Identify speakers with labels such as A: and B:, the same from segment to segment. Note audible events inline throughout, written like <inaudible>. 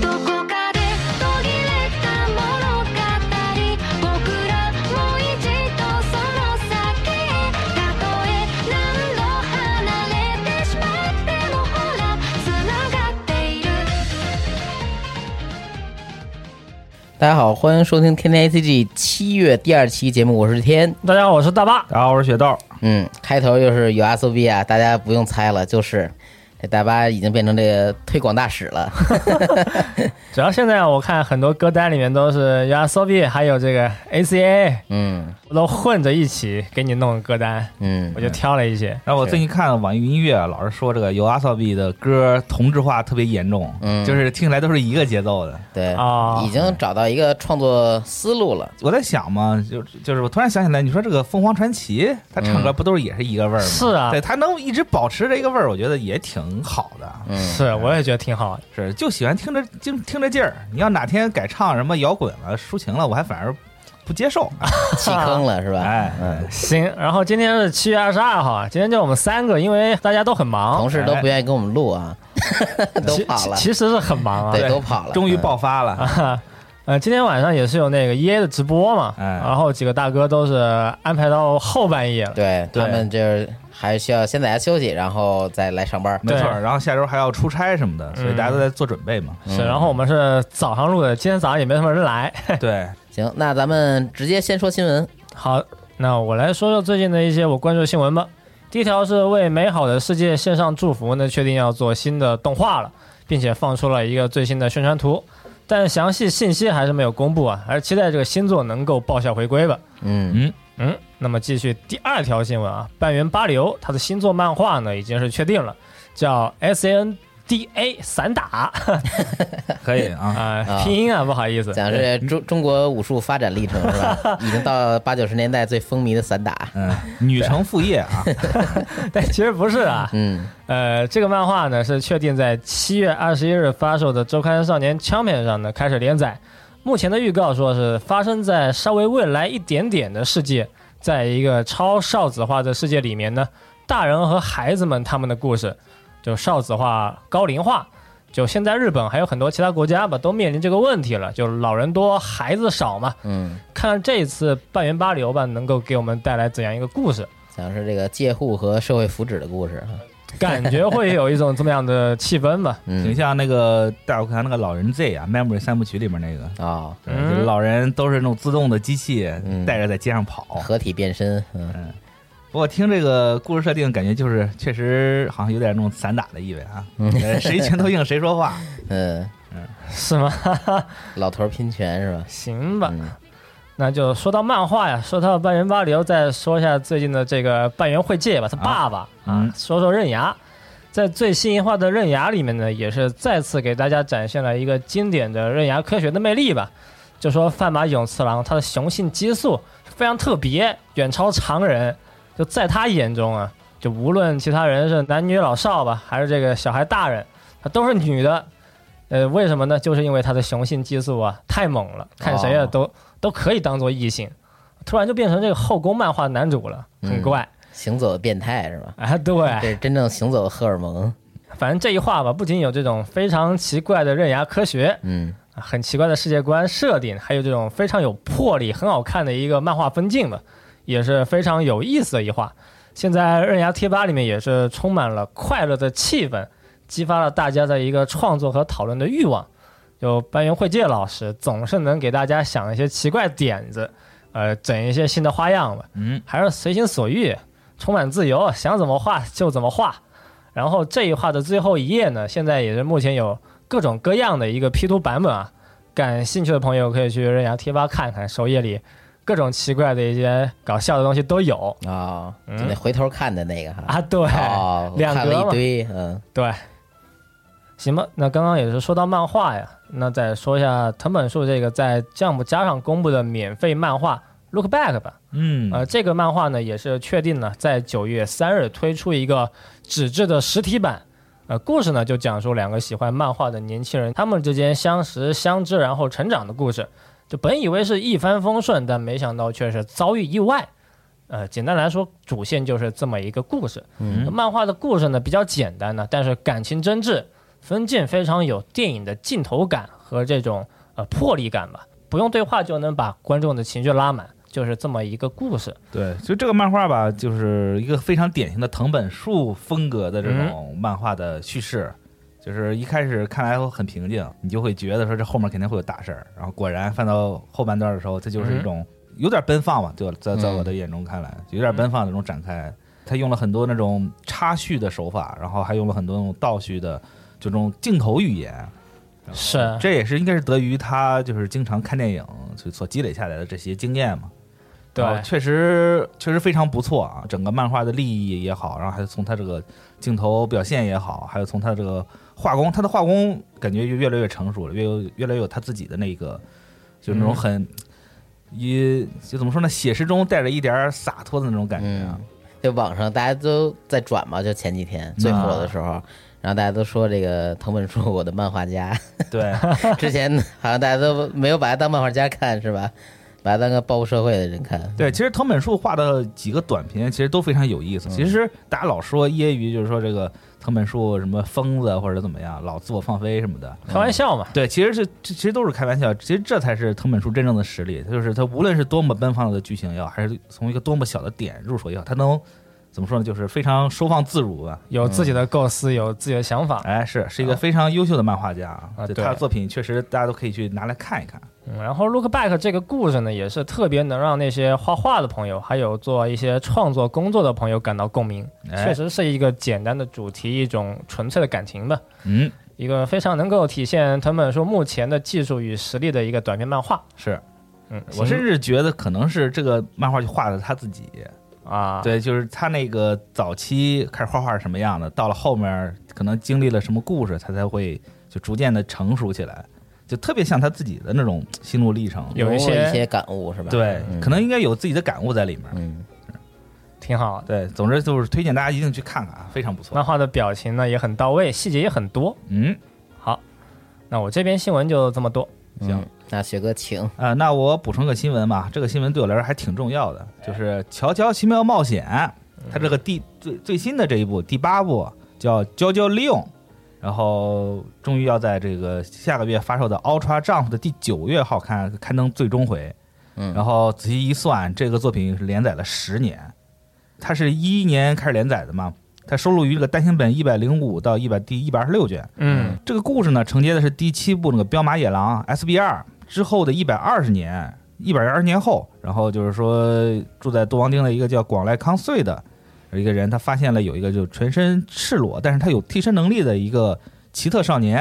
A: どこかで途切れた物語僕らもう一度その先へたとえ何度離れてしまってもほら繋がっている
B: 大家好，欢迎收听天天 ACG 七月第二期节目，我是天。
C: 大家好，我是大巴。
D: 大家好，我是雪豆。
B: 嗯，开头又是有 SOB 啊，大家不用猜了，就是这大巴已经变成这个推广大使了。
C: 主要现在我看很多歌单里面都是 y a s o b 还有这个 ACA
B: <laughs> 嗯
C: 都混着一起给你弄歌单，
B: 嗯
C: 我，就挑了一些。
D: 然后我最近看网易云音乐，老是说这个 u a s o b 的歌同质化特别严重，
B: 嗯
D: 就是听起来都是一个节奏的。
B: 对，
C: 啊
B: 已经找到一个创作思路了。
D: 我在想嘛，就就是我突然想起来，你说这个凤凰传奇，他唱歌
B: 嗯
D: 不都是也是一个味儿吗？
C: 是啊
D: 对他能一直保持这个味儿，我觉得也挺好的。
B: 嗯，
C: 是，我也觉得挺好。
D: 是，就喜欢听着听听着劲儿。你要哪天改唱什么摇滚了、抒情了，我还反而不接受。
B: 弃坑了是
C: <laughs>
B: 吧？
D: <laughs> 哎，
B: 嗯，
C: 行，然后今天是七月二十二号啊，今天就我们三个，因为大家都很忙
B: 同，事都不愿意跟我们录啊， <laughs> 都
C: 其
B: 跑
C: 哎其
B: 了，
C: 其实是很忙啊。
B: 对，都跑了，
D: 终于
B: 嗯
D: 爆发了。
C: 呃，今天晚上也是有那个 EA 的直播嘛，
B: 嗯
D: 哎
C: 然后几个大哥都是安排到后半夜了。
B: 对
C: 对
B: 他们就是还需要先在家休息，然后再来上班。
D: 没错，
C: 对
D: 然后下周还要出差什么的，
B: 嗯
D: 所以大家都在做准备嘛。
C: 是，然后我们是早上录的，今天早上也没什么人来。
D: 对，
B: 行，那咱们直接先说新闻。
C: 好，那我来说说最近的一些我关注的新闻吧。第一条是为美好的世界献上祝福，那确定要做新的动画了，并且放出了一个最新的宣传图，但详细信息还是没有公布啊，还是期待这个新作能够爆笑回归吧。
B: 嗯
D: 嗯，
C: 嗯，那么继续第二条新闻啊，半圆八流他的新作漫画呢已经是确定了，叫 S A N D A 散打
D: 可以
B: <laughs>
D: 啊。
C: 啊、
B: 啊
C: <laughs> 拼音啊，不好意思，
B: 讲是中中国武术发展历程是
C: <laughs>
B: 吧？已经到八九十年代最风靡的散打。
D: 嗯，女成副业啊，
C: 但其实不是啊，
B: 嗯
C: 呃，这个漫画呢是确定在七月二十一日发售的周刊《少年枪片》上呢开始连载。目前的预告说是发生在稍微未来一点点的世界，在一个超少子化的世界里面呢，大人和孩子们他们的故事，就少子化、高龄化，就现在日本还有很多其他国家吧都面临这个问题了，就老人多孩子少嘛。
B: 嗯，
C: 看看这次半圆八流吧，能够给我们带来怎样一个故事？
B: 讲是这个借户和社会福祉的故事啊。
C: 感觉会有一种这么样的气氛吧。
D: 挺
B: <laughs> 嗯
D: 像那个大伙看那个老人 Z 啊，《Memory 三部曲》里面那个，
B: 啊，
D: 对
C: 嗯
D: 就是老人都是那种自动的机器
B: 嗯
D: 带着在街上跑。
B: 合体变身。嗯
D: 嗯，不过听这个故事设定，感觉就是确实好像有点那种散打的意味啊，呃谁拳头硬谁
B: <laughs>
D: 说话。
B: 嗯，
C: 是吗？
B: 老头儿拼拳是吧？
C: 行吧，
B: 嗯
C: 那就说到漫画呀，说到半圆八流，再说一下最近的这个半圆惠介吧，他爸爸啊
D: 嗯，
C: 说说刃牙。在最新一话的《刃牙》里面呢，也是再次给大家展现了一个经典的刃牙科学的魅力吧。就说范马永次郎他的雄性激素非常特别，远超常人。就在他眼中啊，就无论其他人是男女老少吧，还是这个小孩大人，他都是女的。呃，为什么呢？就是因为他的雄性激素啊太猛了，看谁啊
B: 哦
C: 都、都可以当做异性。突然就变成这个后宫漫画男主了，很
B: 嗯
C: 怪。
B: 行走的变态是吧？
C: 啊，
B: 这
C: 对，
B: 是真正行走的荷尔蒙。嗯
C: 反正这一话吧，不仅有这种非常奇怪的刃牙科学，
B: 嗯
C: 啊很奇怪的世界观设定，还有这种非常有魄力、很好看的一个漫画分镜吧，也是非常有意思的一话。现在《刃牙贴吧》里面也是充满了快乐的气氛，激发了大家的一个创作和讨论的欲望。就班原惠介老师总是能给大家想一些奇怪点子，呃，整一些新的花样吧。
D: 嗯，
C: 还是随心所欲，充满自由，想怎么画就怎么画。然后这一画的最后一页呢，现在也是目前有各种各样的一个 P 图版本啊，感兴趣的朋友可以去刃牙贴吧看看，首页里各种奇怪的一些搞笑的东西都有
B: 啊，
C: 嗯
B: 就那回头看的那个哈。
C: 啊。对，
B: 哦，我
C: 两
B: 看
C: 格
B: 了
C: 嘛
B: 一堆，嗯
C: 对，行吧，那刚刚也是说到漫画呀，那再说一下藤本树这个在 Jump 加上公布的免费漫画 Look Back 吧。
D: 嗯，
C: 呃，这个漫画呢也是确定了在九月三日推出一个纸质的实体版。呃，故事呢就讲述两个喜欢漫画的年轻人，他们之间相识、相知，然后成长的故事。就本以为是一帆风顺，但没想到却是遭遇意外。呃，简单来说，主线就是这么一个故事。
B: 嗯
C: 漫画的故事呢比较简单呢，但是感情真挚，分镜非常有电影的镜头感和这种呃魄力感吧，不用对话就能把观众的情绪拉满，就是这么一个故事。
D: 对，就这个漫画吧，就是一个非常典型的藤本树风格的这种漫画的叙事，就是一开始看来会很平静，你就会觉得说这后面肯定会有大事儿，然后果然翻到后半段的时候，这就是一种有点奔放吧，对吧，在在我的眼中看来，有点奔放的那种展开。他用了很多那种插叙的手法，然后还用了很多那种倒叙的这种镜头语言，然后
C: 是
D: 这也是应该是得益于他就是经常看电影所所积累下来的这些经验嘛。
C: 对
D: 然后确实确实非常不错啊！整个漫画的立意也好，然后还有从他这个镜头表现也好，还有从他这个画工，他的画工感觉就越来越成熟了，越有越来越有他自己的那个，就是那种
C: 嗯
D: 很一就怎么说呢，写实中带着一点儿洒脱的那种感觉啊
B: 嗯。，就网上大家都在转嘛，就前几天
C: 嗯
B: 最火
C: 啊
B: 的时候。然后大家都说这个藤本树，我的漫画家。
D: 对，
B: <laughs> 之前好像大家都没有把他当漫画家看，是吧？把他当个报复社会的人看。
D: 对，其实藤本树画的几个短片其实都非常有意思。其实大家老说揶揄，就是说这个藤本树什么疯子或者怎么样，老自我放飞什么的。
C: 开玩笑嘛，
D: 对，其实是这其实都是开玩笑，其实这才是藤本树真正的实力，就是他无论是多么奔放的剧情也好，还是从一个多么小的点入手也好，他能怎么说呢？就是非常收放自如吧。
C: 有自己的构思，有自己的想法。
D: 哎，是是一个非常优秀的漫画家
C: 啊
D: 就
C: 对
D: 他的作品确实大家都可以去拿来看一看。
C: 嗯然后《Look Back》这个故事呢，也是特别能让那些画画的朋友，还有做一些创作工作的朋友感到共鸣。
D: 哎
C: 确实是一个简单的主题，一种纯粹的感情吧。
D: 嗯，
C: 一个非常能够体现藤本树目前的技术与实力的一个短篇漫画。
D: 是
C: 嗯，
D: 我甚
C: 是
D: 至觉得可能是这个漫画就画的他自己，
C: 啊，
D: 对，就是他那个早期开始画画是什么样的，到了后面可能经历了什么故事，他才会就逐渐的成熟起来，就特别像他自己的那种心路历程。
C: 有一
B: 一
C: 些
B: 些感悟是吧？
D: 对，
B: 嗯
D: 可能应该有自己的感悟在里面。
B: 嗯，
C: 挺好的。
D: 对，总之就是推荐大家一定去看看啊，非常不
C: 漫
D: 错。
C: 画的表情呢也很到位，细节也很多。
D: 嗯，
C: 好，那我这边新闻就这么多。
B: 嗯
D: 行。
B: 那雪哥请，
D: 啊、那我补充个新闻吧，这个新闻对我来说还挺重要的，就是《乔乔奇妙冒险》，它这个第最最新的这一部第八部叫《娇娇利用》，然后终于要在这个下个月发售的《Ultra Jump》的第九月号刊刊登最终回。
B: 嗯
D: 然后仔细一算，这个作品是连载了十年，它是一一年开始连载的嘛，它收录于这个单行本一百零五到一百第一百二十六卷。
C: 嗯
D: 这个故事呢，承接的是第七部那个《彪马野狼》SB 二之后的一百二十年，一百二十年后，然后就是说住在杜王町的一个叫广濑康穗的一个人，他发现了有一个就全身赤裸，但是他有替身能力的一个奇特少年，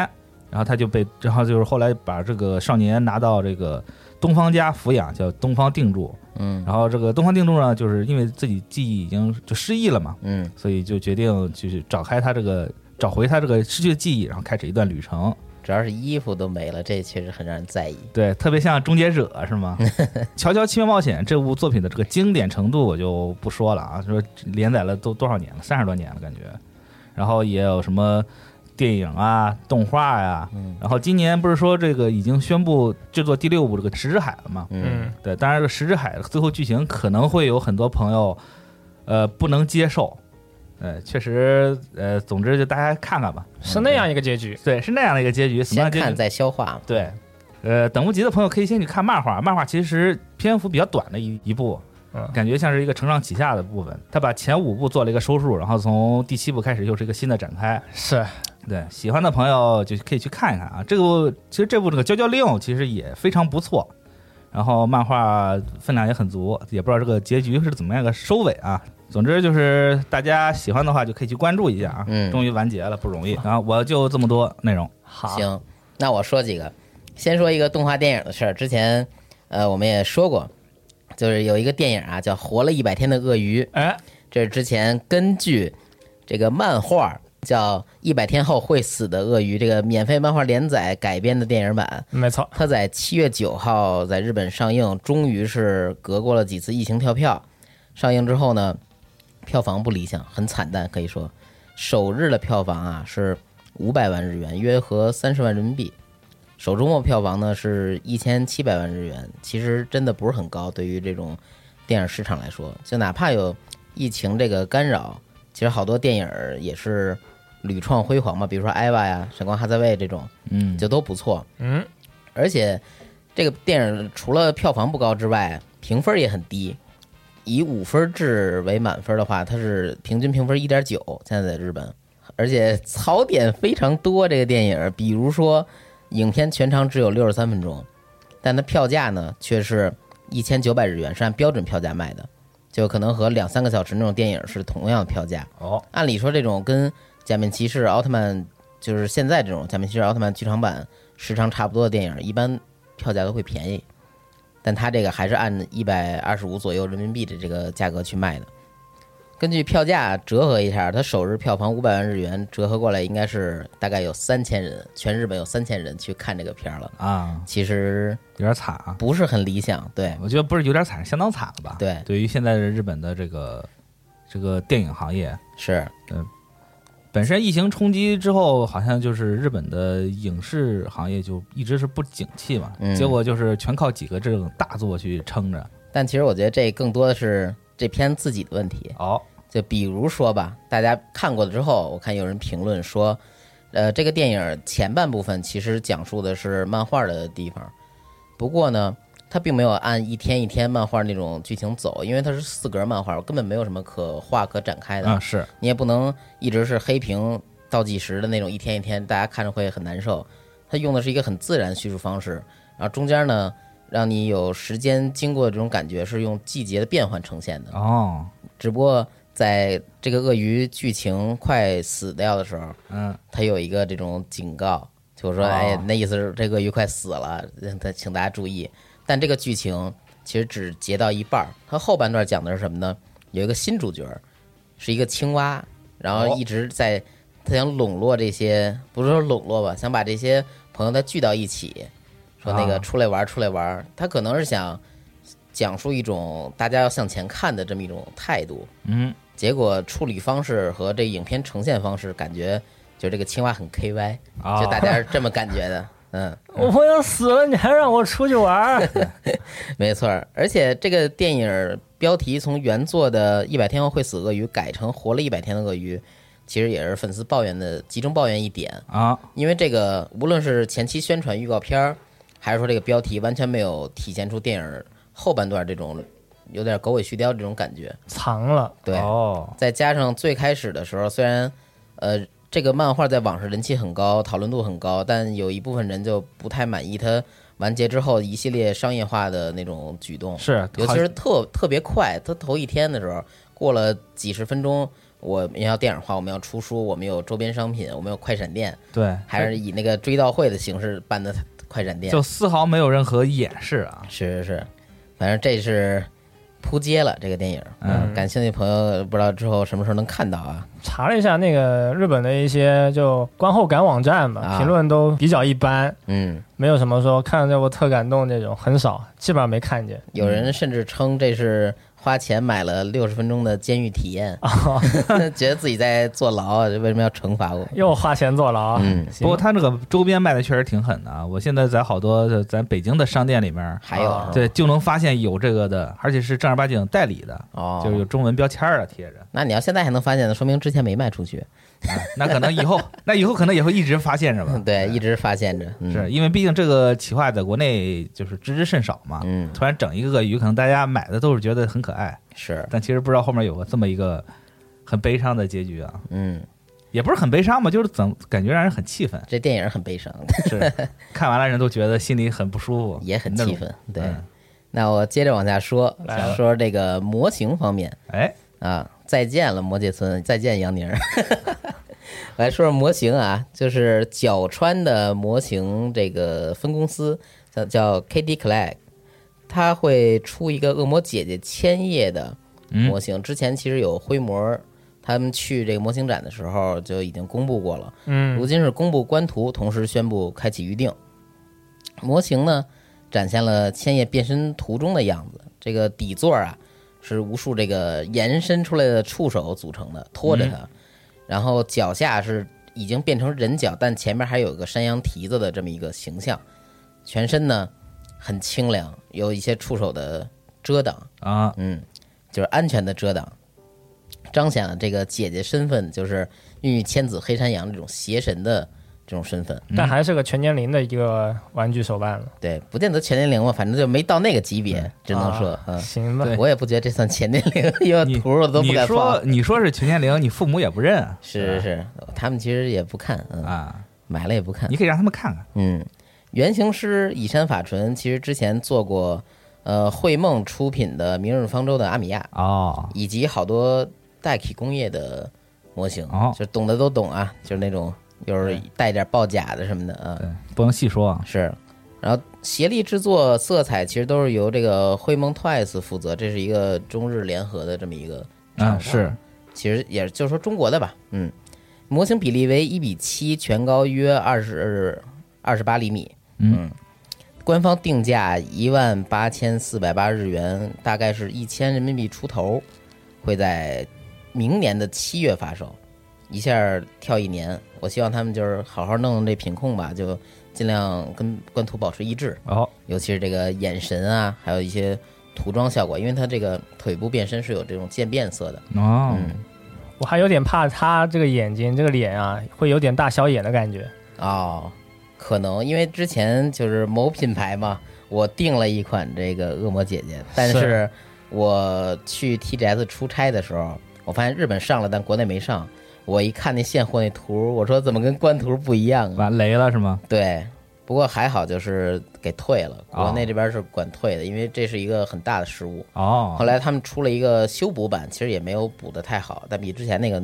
D: 然后他就被，然后就是后来把这个少年拿到这个东方家抚养，叫东方定住。
B: 嗯
D: 然后这个东方定住呢，就是因为自己记忆已经就失忆了嘛，
B: 嗯
D: 所以就决定就是找开他这个找回他这个失去的记忆，然后开始一段旅程。
B: 主要是衣服都没了，这确实很让人在意。
D: 对，特别像《终结者》是吗？《乔乔奇妙冒险》这部作品的这个经典程度我就不说了啊，说连载了都多少年了，三十多年了感觉，然后也有什么电影啊、动画呀、
B: 嗯
D: 然后今年不是说这个已经宣布制作第六部这个《石之海》了吗？
B: 嗯
C: 嗯
D: 对，当然这个《石之海》最后剧情可能会有很多朋友，呃，不能接受。呃，确实，呃，总之就大家看看吧。
C: 是那样一个结局。
D: 对，是那样的一个结局，什么
B: 先
D: 样的结
B: 看
D: 局？
B: 再消化嘛。
D: 对，呃，等不及的朋友可以先去看漫画，漫画其实篇幅比较短的一一部
C: 嗯。
D: 感觉像是一个承上启下的部分，他把前五部做了一个收束，然后从第七部开始又是一个新的展开。
C: 是，
D: 对，喜欢的朋友就可以去看一看啊。这部其实这部这个《娇娇令》其实也非常不错，然后漫画分量也很足，也不知道这个结局是怎么样一个收尾啊。总之就是大家喜欢的话就可以去关注一下啊。
B: 嗯
D: 终于完结了，不容易。然后我就这么多内容。
C: 好，
B: 行，那我说几个，先说一个动画电影的事儿。之前，呃，我们也说过，就是有一个电影啊，叫《活了一百天的鳄鱼》，
C: 哎，
B: 这是之前根据这个漫画叫《一百天后会死的鳄鱼》这个免费漫画连载改编的电影版。
C: 没错，
B: 它在七月九号在日本上映，终于是隔过了几次疫情跳票。上映之后呢，票房不理想，很惨淡，可以说首日的票房啊是五百万日元，约合三十万人民币。首周末票房呢是一千七百万日元，其实真的不是很高，对于这种电影市场来说，就哪怕有疫情这个干扰，其实好多电影儿也是屡创辉煌嘛，比如说《艾娃》呀、《闪光哈撒韦》这种，
D: 嗯，
B: 就都不错。
C: 嗯，
B: 而且这个电影除了票房不高之外，评分也很低。以五分制为满分的话，它是平均评分一点九，现在在日本，而且槽点非常多。这个电影，比如说，影片全长只有六十三分钟，但它票价呢却是一千九百日元，是按标准票价卖的，就可能和两三个小时那种电影是同样的票价。
D: 哦，
B: 按理说这种跟假面骑士、奥特曼，就是现在这种假面骑士、奥特曼剧场版时长差不多的电影，一般票价都会便宜，但它这个还是按一百二十五左右人民币的这个价格去卖的。根据票价折合一下，它首日票房五百万日元，折合过来应该是大概有三千人，全日本有三千人去看这个片儿了。
D: 啊，
B: 其实
D: 有点惨啊。
B: 不是很理想，对，
D: 我觉得不是有点惨，相当惨了吧？
B: 对
D: 对于现在的日本的这个这个电影行业，
B: 是
D: 本身疫情冲击之后，好像就是日本的影视行业就一直是不景气嘛，
B: 嗯
D: 结果就是全靠几个这种大作去撑着。
B: 但其实我觉得这更多的是这片自己的问题。
D: 哦，
B: 就比如说吧，大家看过了之后，我看有人评论说，呃，这个电影前半部分其实讲述的是漫画的地方，不过呢，它并没有按一天一天漫画那种剧情走，因为它是四格漫画，根本没有什么可画可展开的。
D: 嗯，是，
B: 你也不能一直是黑屏倒计时的那种，一天一天，大家看着会很难受。它用的是一个很自然叙述方式，然后中间呢，让你有时间经过这种感觉，是用季节的变换呈现的。
D: 哦，
B: 只不过在这个鳄鱼剧情快死掉的时候，
D: 嗯，
B: 它有一个这种警告，就是说，
D: 哦
B: 哎，那意思是这鳄鱼快死了，让它请大家注意。但这个剧情其实只截到一半儿，它后半段讲的是什么呢？有一个新主角，是一个青蛙，然后
D: 哦
B: 一直在，他想笼络这些，不是说笼络吧，想把这些朋友再聚到一起，说那
D: 啊
B: 个出来玩儿，出来玩儿。他可能是想讲述一种大家要向前看的这么一种态度，
D: 嗯，
B: 结果处理方式和这影片呈现方式，感觉就这个青蛙很 K Y，
D: 啊、
B: 就大家是这么感觉的。嗯，
C: 我朋友死了，你还让我出去玩儿？
B: 没错儿。而且这个电影标题从原作的《一百天后会死鳄鱼》改成《活了一百天的鳄鱼》，其实也是粉丝抱怨的集中抱怨一点，
D: 啊，
B: 因为这个无论是前期宣传预告片儿，还是说这个标题，完全没有体现出电影后半段这种有点狗尾续貂这种感觉。
C: 藏了，
B: 对，
D: 哦，
B: 再加上最开始的时候，虽然呃这个漫画在网上人气很高，讨论度很高，但有一部分人就不太满意它完结之后一系列商业化的那种举动，
D: 是，
B: 尤
D: 好
B: 其是特特别快，它头一天的时候过了几十分钟。我呃们要电影化，我们要出书，我们有周边商品，我们有快闪店，
D: 对，
B: 还是以那个追悼会的形式办的快闪店，
D: 就丝毫没有任何掩饰啊。
B: 是是是，反正这是扑街了这个电影，
D: 嗯
B: 感兴趣的朋友不知道之后什么时候能看到啊？
C: 查了一下那个日本的一些就观后感网站嘛，
B: 啊
C: 评论都比较一般，
B: 嗯，
C: 没有什么说看了这部特感动这种，很少，基本上没看见。
B: 有人甚至称这是《花钱买了六十分钟的监狱体验， <laughs> 觉得自己在坐牢啊，这为什么要惩罚我？
C: 又花钱坐牢。
B: 嗯
D: 不
C: 行
D: 过，他这个周边卖的确实挺狠的啊！我现在在好多呃咱北京的商店里面，
B: 还有
C: 啊
D: 对，就能发现有这个的，而且是正儿八经代理的，
B: 哦，
D: 就是有中文标签儿的贴着。
B: 那你要现在还能发现呢，说明之前没卖出去。？
D: 啊 <laughs> 那可能以后，那以后可能也会一直发现是吧
B: 嗯
D: 啊
B: 对，一直发现着。嗯、
D: 嗯是因为毕竟这个企划在国内就是知之甚少嘛。
B: 嗯
D: 突然整一个鳄鱼，可能大家买的都是觉得很可爱，
B: 是，
D: 但其实不知道后面有个这么一个很悲伤的结局啊，
B: 嗯，
D: 也不是很悲伤吧，就是怎感觉让人很气愤，
B: 这电影很悲伤，
D: 是
B: <laughs>
D: 看完了人都觉得心里很不舒服，
B: 也很
D: 那种
B: 气。愤。对，
D: 嗯
B: 那我接着往下说
C: 来，了
B: 说这个模型方面
D: 哎，
B: 啊，再见了魔界村，再见杨宁儿。 <laughs> 来说说模型啊，就是角川的模型这个分公司叫叫 KD Clegg，它会出一个恶魔姐姐千叶的模
D: 嗯，
B: 型。之前其实有灰模，他们去这个模型展的时候就已经公布过了。如
C: 嗯
B: 今是公布官图，同时宣布开启预定。模型呢，展现了千叶变身图中的样子。这个底座啊，是无数这个延伸出来的触手组成的，拖着它。然后脚下是已经变成人脚，但前面还有一个山羊蹄子的这么一个形象。全身呢很清凉，有一些触手的遮挡。
D: 啊，
B: 嗯，就是安全的遮挡，彰显了这个姐姐身份，就是孕育千子黑山羊这种邪神的这种身份。
C: 但还是个全年龄的一个玩具手办了。
B: 对，不见得全年龄吧，反正就没到那个级别，只能说，
C: 啊行吧
B: 嗯，
D: 对，
B: 我也不觉得这算全年龄，因为
D: 你
B: 图我都不
D: 你
B: 敢
D: 说
B: 放。
D: 你说是全年龄，你父母也不认啊，
B: 是是是，他们其实也不看，嗯，
D: 啊，
B: 买了也不看
D: 你。可以让他们看看，
B: 嗯，原型师以山法纯其实之前做过，呃，绘梦出品的《明日方舟》的阿米亚，
D: 哦，
B: 以及好多代替工业的模型，
D: 哦
B: 就是懂的都懂啊，就是那种就是带点爆假的什么的啊，
D: 对，不能细说啊，
B: 是。然后协力制作色彩其实都是由这个绘梦 Twice 负责，这是一个中日联合的这么一个厂商
D: 嗯，是，
B: 其实也就是说中国的吧，嗯，模型比例为一比七，全高约二十二十八厘米，
D: 嗯，
B: 官方定价一万八千四百八日元，大概是一千人民币出头，会在明年的七月发售，一下儿跳一年。我希望他们就是好好弄弄这品控吧，就尽量跟官图保持一致，
D: 哦，
B: 尤其是这个眼神啊，还有一些涂装效果，因为它这个腿部变身是有这种渐变色的，
D: 哦，
B: 嗯，
C: 我还有点怕他这个眼睛、这个脸啊，会有点大小眼的感觉。
B: 哦，可能因为之前就是某品牌嘛，我订了一款这个恶魔姐姐，但
C: 是
B: 是我去 TGS 出差的时候，我发现日本上了，但国内没上。我一看那现货那图，我说怎么跟官图不一样啊？
D: <laughs> 完雷了是吗？
B: 对，不过还好就是给退了，
D: 哦
B: 国内这边是管退的，因为这是一个很大的失误。
D: 哦，
B: 后来他们出了一个修补版，其实也没有补的太好，但比之前那个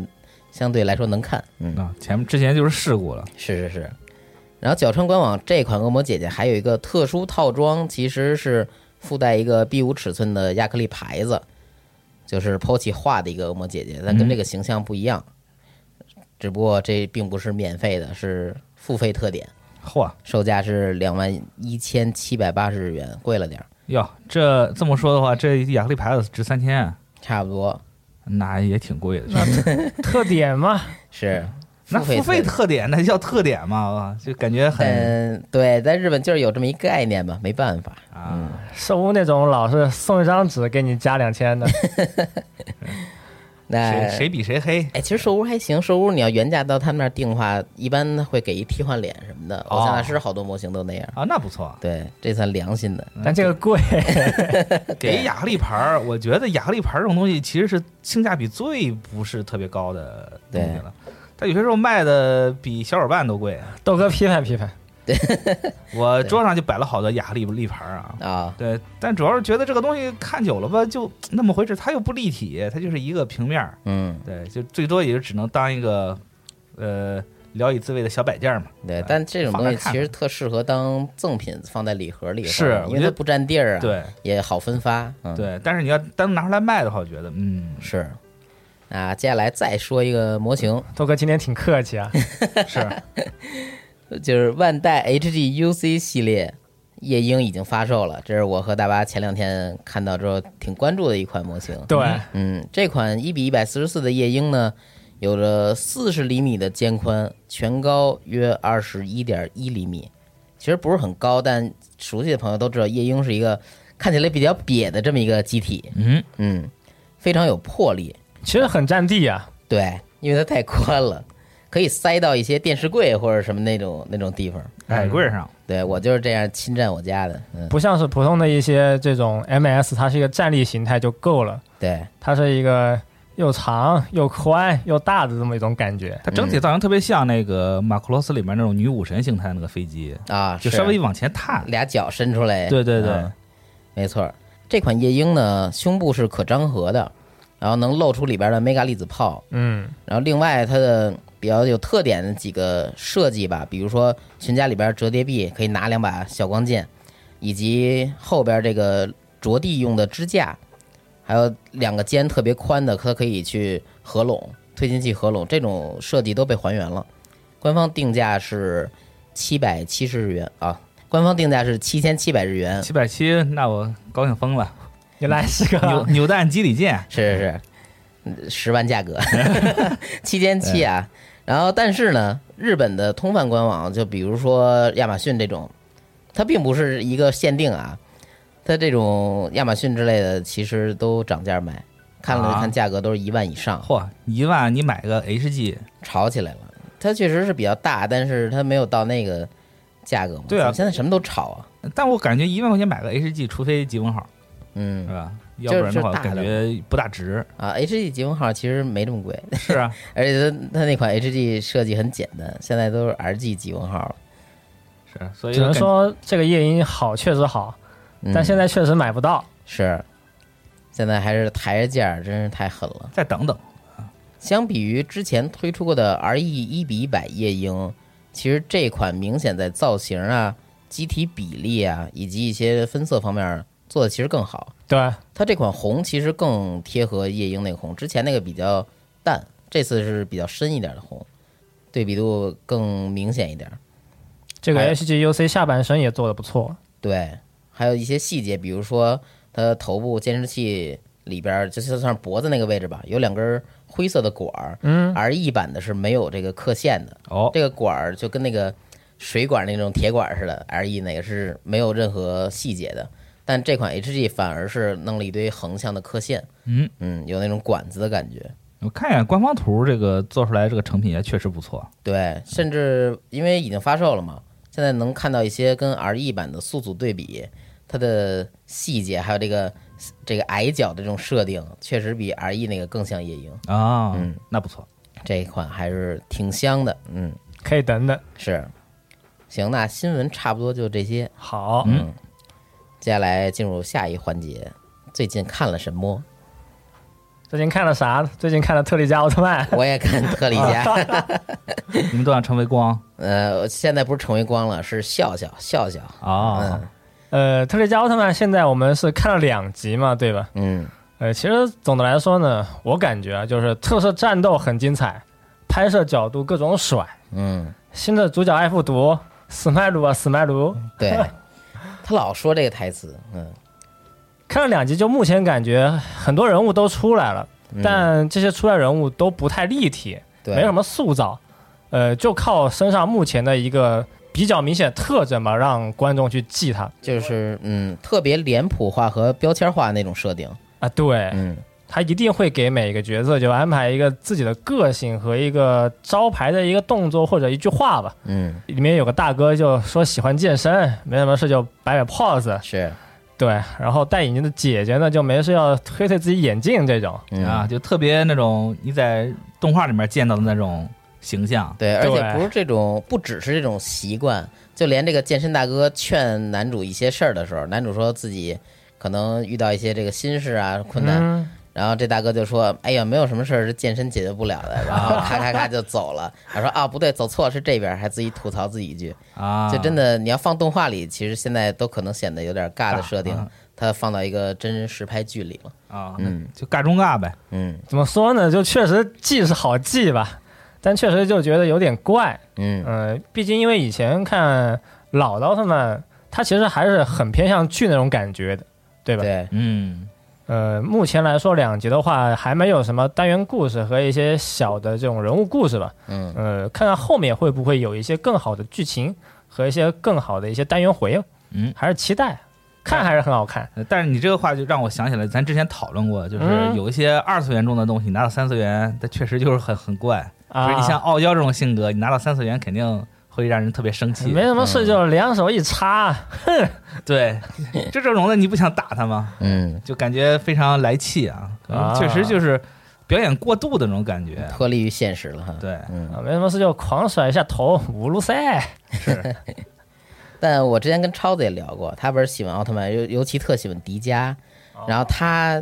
B: 相对来说能看。嗯，
D: 啊，前面之前就是事故了，
B: 是是是。然后角川官网这款恶魔姐姐还有一个特殊套装，其实是附带一个 B 五尺寸的亚克力牌子，就是 POCHI 画的一个恶魔姐姐，但跟
D: 嗯
B: 这个形象不一样。只不过这并不是免费的，是付费特点，
D: 嚯
B: 售价是两万一千七百八十日元，贵了点儿，
D: 哟，这这么说的话，这亚克力牌子值三千，
B: 差不多
D: 那也挺贵的。
C: 特点嘛，
B: 是
D: 嗯那
B: 付费特
D: 付费
B: 点。
D: 特点，那叫特点嘛，哇就感觉很
B: 嗯，对，在日本就是有这么一概念吧，没办法。
D: 啊，
C: 收那种老是送一张纸给你加两千的，
B: 那
D: 谁谁比谁黑
B: 哎，其实兽屋还行，兽屋你要原价到他们那儿定的话，一般会给一替换脸什么的。偶像大
D: 哦
B: 师好多模型都那样，
D: 啊，那不错。
B: 对，这算良心的。
D: 嗯
C: 但这个贵。
D: 给亚克力牌儿，我觉得亚克力牌儿这种东西其实是性价比最不是特别高的东西了。它有些时候卖的比小伙伴都贵。
C: 豆哥批判批判，
D: 我桌上就摆了好多亚克力立牌儿啊。
B: 啊、
D: 对，但主要是觉得这个东西看久了吧，就那么回事，它又不立体，它就是一个平面儿。
B: 嗯，
D: 对，就最多也就只能当一个呃聊以自慰的小摆件儿嘛。
B: 对，但这种
D: 放
B: 东西
D: 那儿看
B: 其实特适合当赠品放在礼盒里放，
D: 是我
B: 因
D: 觉
B: 为它
D: 得
B: 不占地儿啊，，
D: 对
B: 也好分发。嗯，，
D: 对，但是你要单独拿出来卖的话，我觉得嗯
B: 是。啊，接下来再说一个模型，
C: 豆哥今天挺客气啊。
D: 是
B: 就是万代 HG UC 系列夜鹰已经发售了，这是我和大巴前两天看到之后挺关注的一款模型。
C: 对，
B: 嗯，这款一比一百四十四的夜鹰呢，有着四十厘米的肩宽，全高约二十一点一厘米，其实不是很高，但熟悉的朋友都知道，夜鹰是一个看起来比较瘪的这么一个机体，
D: 嗯，
B: 嗯，非常有魄力，
C: 其实很占地啊。
B: 对，因为它太宽了，可以塞到一些电视柜或者什么那种那种地方。
D: 矮哎柜上，
B: 对我就是这样侵占我家的，嗯，
C: 不像是普通的一些这种 MS，它是一个站立形态就够了，
B: 对，
C: 它是一个又长又宽又大的这么一种感觉。
D: 它整
B: 嗯
D: 体造型特别像那个马库罗斯里面那种女武神形态那个飞机，
B: 啊，
D: 就是稍微往前探。
B: 俩脚伸出来，
D: 对对对，
B: 嗯没错儿，这款夜鹰呢，胸部是可张合的，然后能露出里边的 mega 粒子炮。
C: 嗯，
B: 然后另外它的比较有特点的几个设计吧，比如说裙甲里边折叠臂可以拿两把小光剑，以及后边这个着地用的支架，还有两个肩特别宽的，它可以去合拢推进器合拢，这种设计都被还原了。官方定价是七百七十日元啊，官方定价是七千七百日元，
D: 七百七，那我高兴
B: <laughs>
D: 疯了。
C: 原来是
D: 扭
C: 个
D: 扭蛋机理键，
B: 是是是，十万价格， <laughs> 七千七啊。然后，但是呢，日本的通贩官网，就比如说亚马逊这种，它并不是一个限定啊，它这种亚马逊之类的其实都涨价卖，看了
D: 啊
B: 看价格都是一万以上，
D: 嚯，一万你买个 HG，
B: 炒起来了。它确实是比较大，但是它没有到那个价格嘛。
D: 对啊
B: 怎么现在什么都炒啊，
D: 但我感觉一万块钱买个 HG，除非集文号
B: 嗯
D: 是吧？要不然的话，
B: 就是
D: 感觉不大
B: <laughs>
D: 值。
B: 啊，HG 级文号其实没这么贵，
D: 是啊，
B: 而且它它那款 HG 设计很简单，现在都是 RG 级文号了。
D: 是，所以
C: <laughs> 只能
D: 我感
C: 说这个夜莺好，确实好，
B: 嗯
C: 但现在确实买不到。
B: 是，现在还是抬着价儿，真是太狠了。
D: 再等等。
B: 相比于之前推出过的 RE 一比一百夜鹰，其实这款明显在造型啊、机体比例啊以及一些分色方面儿做的其实更好。
C: 对，
B: 它这款红其实更贴合夜鹰那个红，之前那个比较淡，这次是比较深一点的红，对比度更明显一点儿。
C: 这
B: 还有
C: 个 HGUC 下半身也做的不错。
B: 对，还有一些细节，比如说它头部监视器里边儿，就是像脖子那个位置吧，有两根儿灰色的管儿。
C: 嗯，
B: 而 E 版的是没有这个刻线的，
D: 哦，
B: 这个管儿就跟那个水管那种铁管似的，L E 那个是没有任何细节的。但这款 H G 反而是弄了一堆横向的刻线，
D: 嗯
B: 嗯，有那种管子的感觉。
D: 我看一眼官方图，这个做出来这个成品也确实不错。
B: 对，甚至因为已经发售了嘛，现在能看到一些跟 R E 版的速组对比，它的细节还有这个这个矮脚的这种设定，确实比 R E 那个更像夜鹰。
D: 啊，
B: 嗯，
D: 那不错。
B: 这一款还是挺香的，嗯，
C: 可以等等。
B: 是。行，那新闻差不多就这些，
C: 好，
D: 嗯
B: 嗯。接下来进入下一环节，最近看了什么？
C: 最近看了啥？最近看了《特利迦奥特曼》。
B: 我也看特里迦，
D: 你们都想成为光
B: 呃，现在不是成为光了，是笑笑笑笑，
D: 啊
B: 嗯？
C: 呃，《特利迦奥特曼》现在我们是看了两集嘛，对吧？
B: 嗯，
C: 呃，其实总的来说呢，我感觉啊，就是特摄战斗很精彩，拍摄角度各种甩。
B: 嗯，
C: 新的主角艾富毒，死麦卢啊，死麦卢。
B: 对，他老说这个台词，嗯，
C: 看了两集，就目前感觉很多人物都出来了，
B: 嗯
C: 但这些出来人物都不太立体，
B: 对，
C: 没什么塑造，呃，就靠身上目前的一个比较明显的特征吧，让观众去记他
B: 就是嗯，特别脸谱化和标签化那种设定，
C: 啊。对，
B: 嗯，
C: 他一定会给每个角色就安排一个自己的个性和一个招牌的一个动作或者一句话吧。
B: 嗯，
C: 里面有个大哥就说喜欢健身，没什么事就摆摆 pose，
B: 是，
C: 对，然后戴眼镜的姐姐呢就没事要推推自己眼镜这种，
B: 嗯
D: 啊，，就特别那种你在动画里面见到的那种形象。
B: 对，而且
C: 对嗯
B: 不是这种，不只是这种习惯，就连这个健身大哥劝男主一些事儿的时候，男主说自己可能遇到一些这个心事啊困难，
C: 嗯
B: 然后这大哥就说：“哎呀，没有什么事儿是健身解决不了的。”然后咔咔咔就走
C: <laughs>
B: 了。他说：“啊，不对，走错是这边。”还自己吐槽自己一句，
D: 啊，
B: 就真的你要放动画里，其实现在都可能显得有点尬的
D: 尬
B: 设定
D: 嗯，
B: 它放到一个真人实拍剧里了。
D: 啊，
B: 嗯
D: 就尬中尬呗。
B: 嗯
C: 怎么说呢？就确实记是好记吧，但确实就觉得有点怪。呃
B: 嗯
C: 嗯、毕竟因为以前看老的奥特曼，它其实还是很偏向剧那种感觉的，对吧？
B: 对，
D: 嗯，
C: 呃，目前来说两集的话，还没有什么单元故事和一些小的这种人物故事吧。
B: 嗯，
C: 呃，看看后面会不会有一些更好的剧情和一些更好的一些单元回应。
D: 嗯
C: 还是期待，看还是很好看。
D: 呃但是你这个话就让我想起来，咱之前讨论过，就是
C: 嗯
D: 有一些二次元中的东西，你拿到三次元，它确实就是很很怪。比
C: 啊，
D: 如你像傲娇这种性格，你拿到三次元肯定会让人特别生气
C: 没。什么事，就两手一插，
D: 对，这种的你不想打他吗？
B: 嗯，
D: 就感觉非常来气啊，可能
C: 啊
D: 确实就是表演过度的那种感觉。啊
B: 脱离于现实了哈。
D: 对，
B: 嗯，
C: 啊，没什么事就狂甩一下头，五路赛。
B: 但我之前跟超子也聊过，他不是喜欢奥特曼，尤尤其特喜欢迪迦，然后他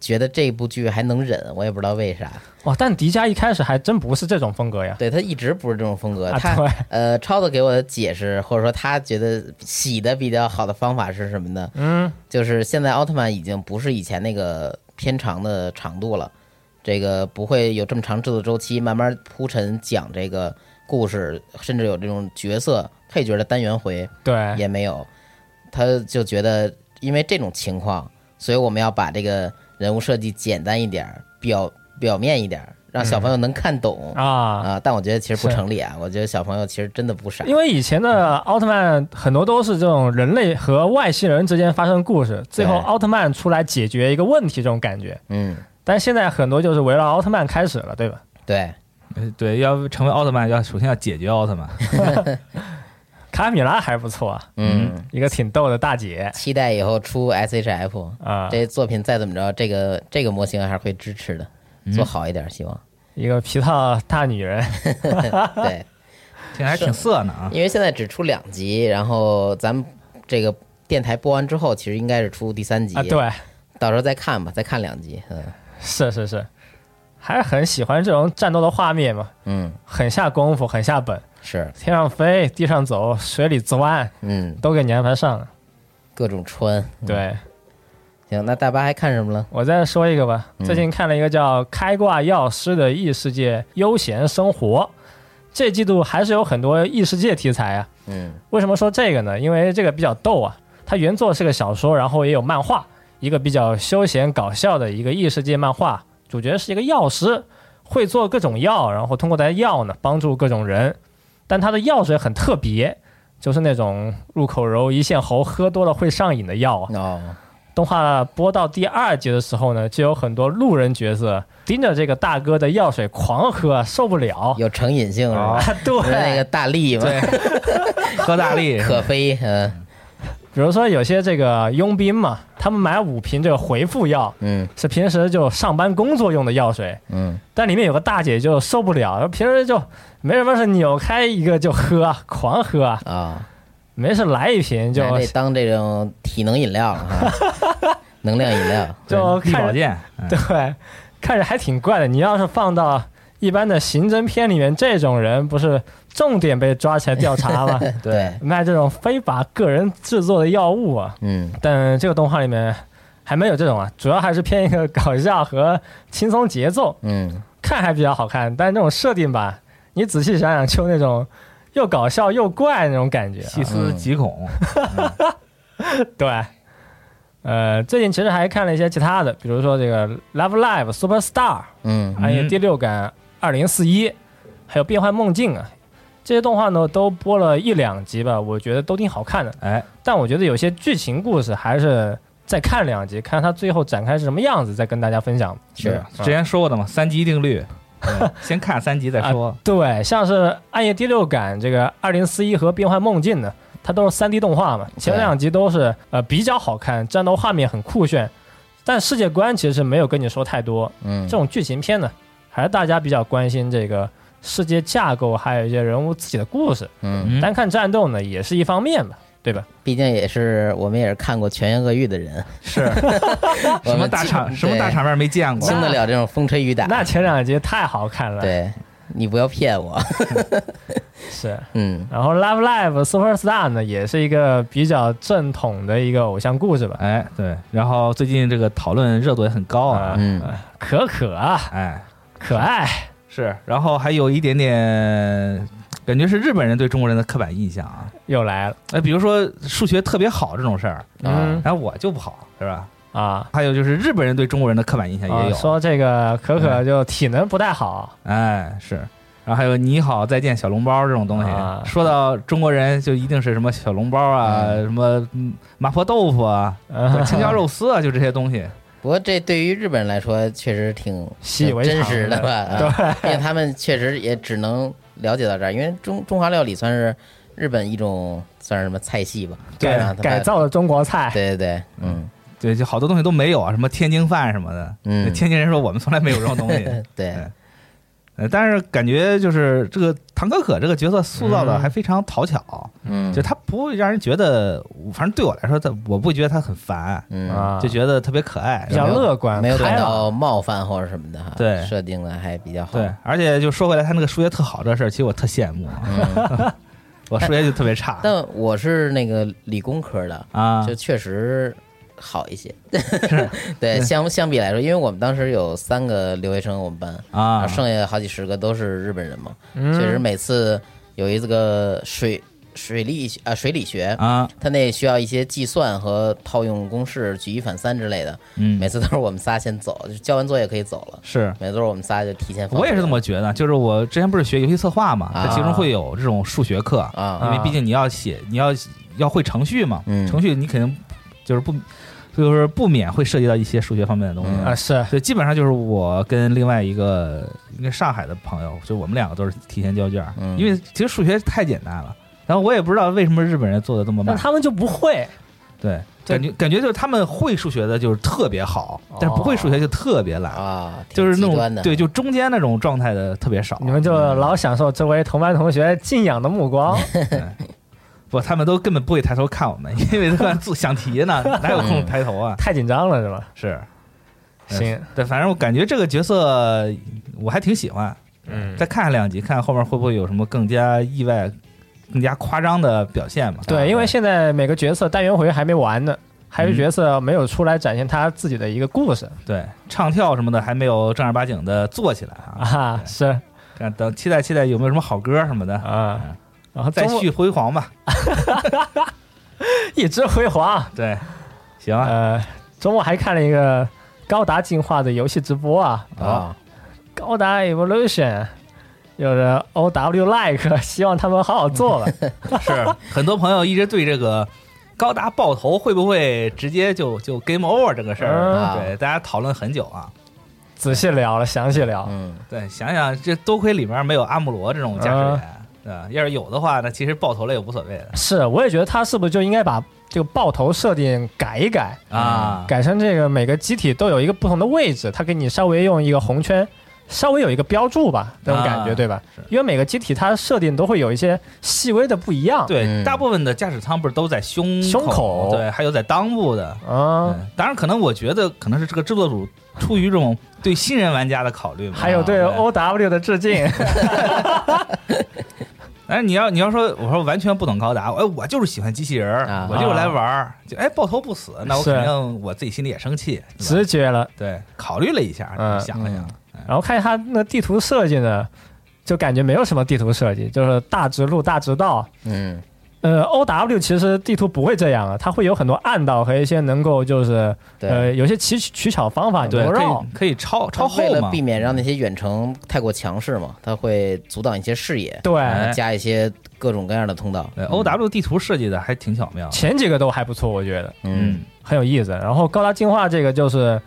B: 觉得这部剧还能忍，我也不知道为啥。
C: 哇，但迪迦一开始还真不是这种风格呀。
B: 对他一直不是这种风格，
C: 啊
B: 他
C: 对
B: 呃，超子给我的解释或者说他觉得洗的比较好的方法是什么呢？
C: 嗯，
B: 就是现在奥特曼已经不是以前那个偏长的长度了，这个不会有这么长制作周期，慢慢铺陈讲这个故事，甚至有这种角色配角的单元回
C: 对，
B: 也没有。他就觉得，因为这种情况，所以我们要把这个人物设计简单一点儿，表表面一点儿，让小朋友能看懂。
C: 啊，
B: 啊，但我觉得其实不
C: 是
B: 成立啊！我觉得小朋友其实真的不傻，
C: 因为以前的奥特曼很多都是这种人类和外星人之间发生故事，最后
B: 对
C: 奥特曼出来解决一个问题这种感觉。
B: 嗯，
C: 但现在很多就是围绕奥特曼开始了，对吧？
B: 对，嗯
D: 呃对，要成为奥特曼，要首先要解决奥特曼。
C: 卡米拉还不错啊，
B: 嗯，
C: 一个挺逗的大姐
B: 期待以后出 SHF
C: 啊，
B: 这作品再怎么着，这个这个模型还是会支持的，
C: 嗯
B: 做好一点，希望。
C: 一个皮套大女人。
B: 对，
D: 现在还挺色呢啊。
B: 因为现在只出两集，然后咱们这个电台播完之后，其实应该是出第三集
C: 啊，，对，
B: 到时候再看吧，再看两集，嗯
C: 是是是，还是很喜欢这种战斗的画面嘛，
B: 嗯，
C: 很下功夫，很下本，
B: 是，
C: 天上飞，地上走，水里钻，
B: 嗯，
C: 都给你安排上了。
B: 各种穿。嗯
C: 对
B: 行，那大巴还看什么了？
C: 我再说一个吧，最近看了一个叫《开挂药师的异世界悠闲生活》，这季度还是有很多异世界题材啊。
B: 嗯
C: 为什么说这个呢？因为这个比较逗啊，它原作是个小说，然后也有漫画，一个比较休闲搞笑的一个异世界漫画，主角是一个药师，会做各种药，然后通过这些药呢帮助各种人，但他的药水很特别。就是那种入口柔一线喉喝多了会上瘾的药啊！
B: 哦，
C: 动画播到第二集的时候呢，就有很多路人角色盯着这个大哥的药水狂喝，受不了。
B: 有成瘾性是吧？
C: 啊，对，
B: 不是那个大力吗？
D: 对，喝大力
B: 可菲，嗯、
C: 比如说有些这个佣兵嘛，他们买五瓶这个回复药，
B: 嗯
C: 是平时就上班工作用的药水，
B: 嗯，
C: 但里面有个大姐就受不了，平时就没什么事，扭开一个就喝，狂喝，
B: 啊、
C: 没事来一瓶就
B: 拿这当这种体能饮料了哈，
C: <laughs>
B: 能量饮料。
C: 就
D: 力
C: 看
D: 保
C: 着
D: 健，
C: <laughs>
D: 嗯
C: 对，看着还挺怪的。你要是放到一般的刑侦片里面，这种人不是重点被抓起来调查吗？
B: 对，
C: 卖这种非法个人制作的药物啊，
B: 嗯
C: 但这个动画里面还没有这种啊，主要还是偏一个搞笑和轻松节奏，
B: 嗯，
C: 看还比较好看。但这种设定吧，你仔细想想，就那种又搞笑又怪那种感觉啊。
D: 细思极恐。
C: 对，呃，最近其实还看了一些其他的，比如说这个《Love Live Super Star》，
B: 嗯
C: 还有《第六感二零四一》，还有《变幻梦境》啊。这些动画呢都播了一两集吧，我觉得都挺好看的。
B: 嗯
D: 哎，
C: 但我觉得有些剧情故事还是再看两集，看它最后展开是什么样子，再跟大家分享。
B: 是啊嗯
D: 对之前说过的嘛，三级定律，
B: <laughs>
D: 对先看三级再
B: 啊
D: 说。
C: 啊对，像是《暗夜第六感》这个《二零四一》和《变幻梦境》呢，它都是 3D 动画嘛，前两集都是呃比较好看，战斗画面很酷炫，但世界观其实没有跟你说太多。
B: 嗯
C: 这，种剧情片呢，还是大家比较关心这个世界架构，还有一些人物自己的故事。
B: 嗯
C: 单看战斗呢，也是一方面吧，对吧？
B: 毕竟也是我们也是看过《全员恶欲》的人， <laughs>
D: 是
B: 我
D: 什么
B: 们
D: 大
B: 经
D: 场什么大，场面没见
B: 对
D: 过？
B: 经得了这种风吹雨打。
C: 那前两集太好看了，，
B: 对，你不要骗我。
C: 是。
B: 嗯
C: 然后《Love Live Superstar》呢，也是一个比较正统的一个偶像故事吧。
D: 哎，对。然后最近这个讨论热度也很高啊。
B: 嗯，
C: 可可啊，
D: 哎，
C: 可爱，
D: 是。然后还有一点点感觉是日本人对中国人的刻板印象啊。
C: 又来了，
D: 哎，比如说数学特别好这种事儿，
C: 嗯
D: 然后我就不好，是吧？
C: 啊。
D: 还有就是日本人对中国人的刻板印
B: 哎
D: 象也
C: 啊
D: 有，
C: 说这个可
B: 嗯
C: 可就体能不太好，
D: 哎，是。然后还有“你好，再见，小笼包”这种东西。
C: 啊
D: 说到中国人，就一定是什么小笼包啊，什么嗯麻婆豆
C: <laughs>
D: 腐啊、
C: 嗯
D: 青椒肉丝啊，就这些东西。
B: 不过这对于日本人来说确实挺呃
C: 习以为
B: 真
C: 常
B: 实的吧？
C: 对
B: 啊，因为他们确实也只能了解到这儿，因为中中华料理算是日本一种算是什么菜系吧？
D: 对
B: 啊
C: 改改。造的中国菜
B: 它，对对对，嗯
D: 对，就好多东西都没有啊，什么天津饭什么的。
B: 嗯，
D: 天津人说我们从来没有这种东西。
B: <laughs>
C: <laughs>
B: 对
D: 哎呃，但是感觉就是这个唐可可这个角色塑造的
C: 嗯
D: 还非常讨巧，
B: 嗯，
D: 就他不会让人觉得，反正对我来说，他我不会觉得他很烦，
B: 嗯
C: 啊，
D: 就觉得特别可爱
C: 比。较乐观，
B: 没有
C: 开
B: 感
C: 朗
B: 到冒犯或者什么的哈，
D: 对
B: 设定的还比较好。
D: 对，而且就说回来，他那个数学特好这事儿，其实我特羡慕， <laughs>
B: 嗯，
D: 我数学就特
C: <laughs>
D: 别差
B: 但我是那个理工科的，
D: 啊
B: 就确实好一些。 <laughs> 对，相相比来说，因为我们当时有三个留学生，我们班，然
D: 啊
B: 后，剩下好几十个都是日本人嘛。
C: 嗯
B: 确实，每次有一个水水利啊水理学，
D: 啊，
B: 它那需要一些计算和套用公式、举一反三之类的。
D: 嗯
B: 每，次都是我们仨先走，就交完作业可以走了。
D: 是
B: 每次都是我们仨就提前放学了。
D: 我也是这么觉得，就是我之前不是学游戏策划嘛，它其中会有这种数学课，因
B: 啊，
D: 为毕竟你要写，你要要会程序嘛，
B: 嗯
D: 程序你肯定就是不就是不免会涉及到一些数学方面的东西。
B: 嗯
C: 啊是
D: 所以基本上就是我跟另外一个应该上海的朋友，就我们两个都是提前交卷儿，
B: 嗯
D: 因为其实数学太简单了。然后我也不知道为什么日本人做的这么慢
C: 但，他们就不会，
D: 对，
C: 对
D: 感觉感觉就是他们会数学的，就是特别好，
B: 哦
D: 但是不会数学就特别懒，
B: 啊，挺
D: 就是那
B: 极端
D: 种
B: 的
D: 对，就中间那种状态的特别少。
B: 嗯
C: 你们就老享受周围同班同学敬仰的
B: <laughs>
C: 目光，
D: 不，他们都根本不会抬头看我们， <laughs> 因为他们做想题
C: <laughs>
D: 呢，哪有空抬头啊？
C: 太紧张了是
B: <laughs>
C: 吧？
D: 是，嗯
C: 行，
D: 对，反正我感觉这个角色我还挺喜欢，
C: 嗯，
D: 再看两集，看后面会不会有什么更加意外、更加夸张的表现嘛？啊
C: 对，因为现在每个角色单元回还没完呢，还有
D: 嗯
C: 角色没有出来展现他自己的一个故事
D: 对唱跳什么的还没有正儿八经的做起来啊。
C: 啊，是
D: 看等期待期待有没有什么好歌什么的，
C: 啊，然后
D: 嗯再
C: 周末
D: 续辉煌吧。
C: <laughs> 一直辉煌，
D: 对，行啊，
C: 啊呃，周末还看了一个高达进化的游戏直播啊，
B: 啊，
C: 高达 Evolution。有着 O W like，希 <laughs> 望他们好好做
D: <laughs>
C: 吧。
D: 是很多朋友一直对这个高达爆头会不会直接就就 game over 这个事儿，啊
B: 嗯
D: 对大家讨论很久啊。
C: 仔细聊了，详细聊。
B: 嗯，
D: 对，想想这多亏里面没有阿姆罗这种驾驶员，对吧？要是有的话，那其实爆头了也无所谓的
C: 是，我也觉得他是不是就应该把这个爆头设定改一改，
D: 啊。
C: 改成这个每个机体都有一个不同的位置，它给你稍微用一个红圈，稍微有一个标注吧，那种感觉、
D: 啊
C: 对吧
D: 是？
C: 因为每个机体它设定都会有一些细微的不一样。，
D: 对，
B: 嗯
D: 大部分的驾驶舱不是都在胸
C: 胸口
D: 口，对，还有在裆部的。
C: 啊、
D: 嗯当然，可能我觉得可能是这个制作组出于这种对新人玩家的考虑嘛，
C: 还有对 O W 的致
D: <laughs>
C: 敬，
D: 但哎是你要你要说我说完全不懂高达，哎，我就是喜欢机器人儿，
B: 啊
D: 我就是来玩儿，就哎爆头不死，那我
C: 是
D: 肯定我自己心里也生气，是吧
C: 直觉了。
D: 对，考虑了一下，
C: 嗯
D: 想了想，
C: 然后看它那地图设计呢，就感觉没有什么地图设计，就是大直路、大直道。
B: 嗯
C: 呃，O W 其实地图不会这样啊，它会有很多暗道和一些能够就是
B: 对。
C: 呃有些取取巧方法，你
D: 对，
C: 不
D: 可
C: 绕
D: 以可以超超
B: 为
D: 后
B: 了
D: 嘛
B: 避，免让那些远程太过强势嘛，它会阻挡一些视野，
C: 对。
D: 哎
B: 加一些各种各样的通道。
D: 对，O W 地图设计的还挺巧妙，
C: 前几个都还不错，我觉得。
B: 嗯，
C: 很有意思。然后高达进化这个就是，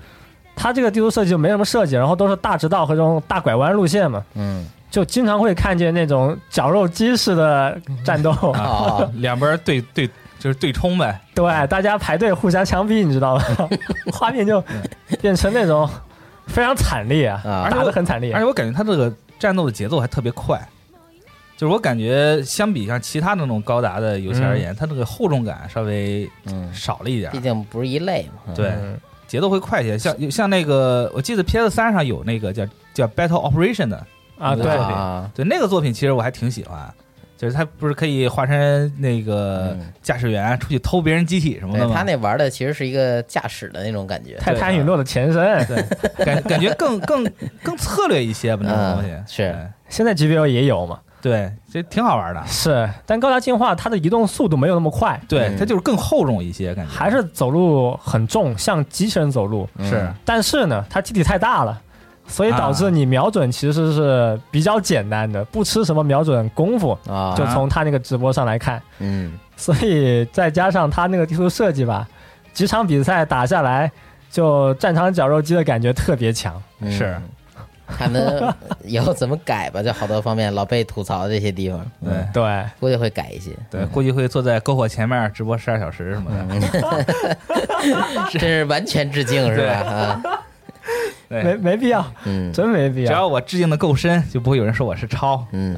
C: 它这个地图设计就没什么设计，然后都是大直道和这种大拐弯路线嘛，
B: 嗯，
C: 就经常会看见那种绞肉机式的战斗，
D: 啊
B: 哦，
D: <laughs> 两边对对就是对冲呗，
C: 对，大家排队互相枪毙，你知
D: <laughs>
C: 道吗？画面就变成那种非常惨烈啊
B: 啊，
C: 打得很惨烈
D: 而且我感觉他这个战斗的节奏还特别快，就是我感觉相比像其他那种高达的游戏而言，它这个厚重感稍微
B: 嗯，
D: 少了一点儿
B: 毕，竟不是一类嘛。嗯
D: 对，
C: 嗯
D: 节奏会快一些。像像那个，我记得 PS 三上有那个叫叫 Battle Operation 的，
C: 啊，
D: 嗯
C: 对，
B: 啊，
D: 对那个作品其实我还挺喜欢，就是它不是可以化身那个
B: 嗯
D: 驾驶员出去偷别人机体什么
B: 对
D: 的吗？
B: 他那玩的其实是一个驾驶的那种感觉。
C: 泰坦陨落的前身，
D: 感感觉更更更策略一些吧，那种东西
B: 嗯是
C: 现在 GBO 也有嘛，
D: 对对，这挺好玩的。
C: 是，但高达进化它的移动速度没有那么快，
D: 对，
B: 嗯
D: 它就是更厚重一些，感觉嗯
C: 还是走路很重，像机器人走路。
D: 是
C: 但是呢，它机体太大了，所以导致
D: 啊
C: 你瞄准其实是比较简单的，不吃什么瞄准功夫。
B: 啊，
C: 就从他那个直播上来看，
B: 嗯
C: 所以再加上他那个地图设计吧，几场比赛打下来，就战场绞肉机的感觉特别强。
B: 嗯
D: 是，
B: 看他以后怎么改吧，就好多方面老被吐槽的这些地方，嗯
D: 对
C: 对，
B: 估计会改一些。
D: 对，估计会坐在篝火前面直播十二小时什么的。
B: 这是完全致敬是吧？啊，
C: 没
D: 对，
C: 没必要， <laughs>
B: 嗯
C: 真没必
D: 只
C: 要。
D: 要我致敬的够深，就不会有人说我是抄。
B: 嗯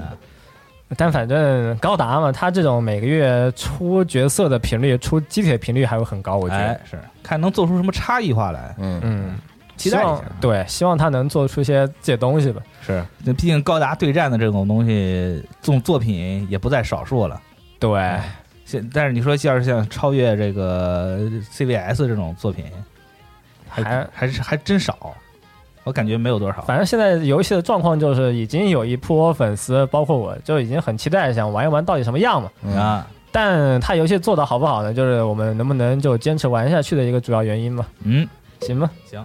C: 但反正高达嘛，他这种每个月出角色的频率、出机体的频率还会很高，我觉得。
D: 哎，是看能做出什么差异化来。
B: 嗯
C: 嗯，
D: 期待一
C: 希
D: 下
C: 望对，希望他能做出一些自己的东西吧。
D: 是，那毕竟高达对战的这种东西，这种作品也不在少数了。
C: 对，
D: 现但是你说要是像超越这个 CVS 这种作品，还
C: 还
D: 还是还真少，我感觉没有多少。
C: 反正现在游戏的状况就是，已经有一波粉丝，包括我，就已经很期待想玩一玩到底什么样嘛。
B: 嗯
D: 啊，
C: 但它游戏做的好不好呢，就是我们能不能就坚持玩下去的一个主要原因嘛。
D: 嗯，
C: 行吗？ <laughs>
D: 行，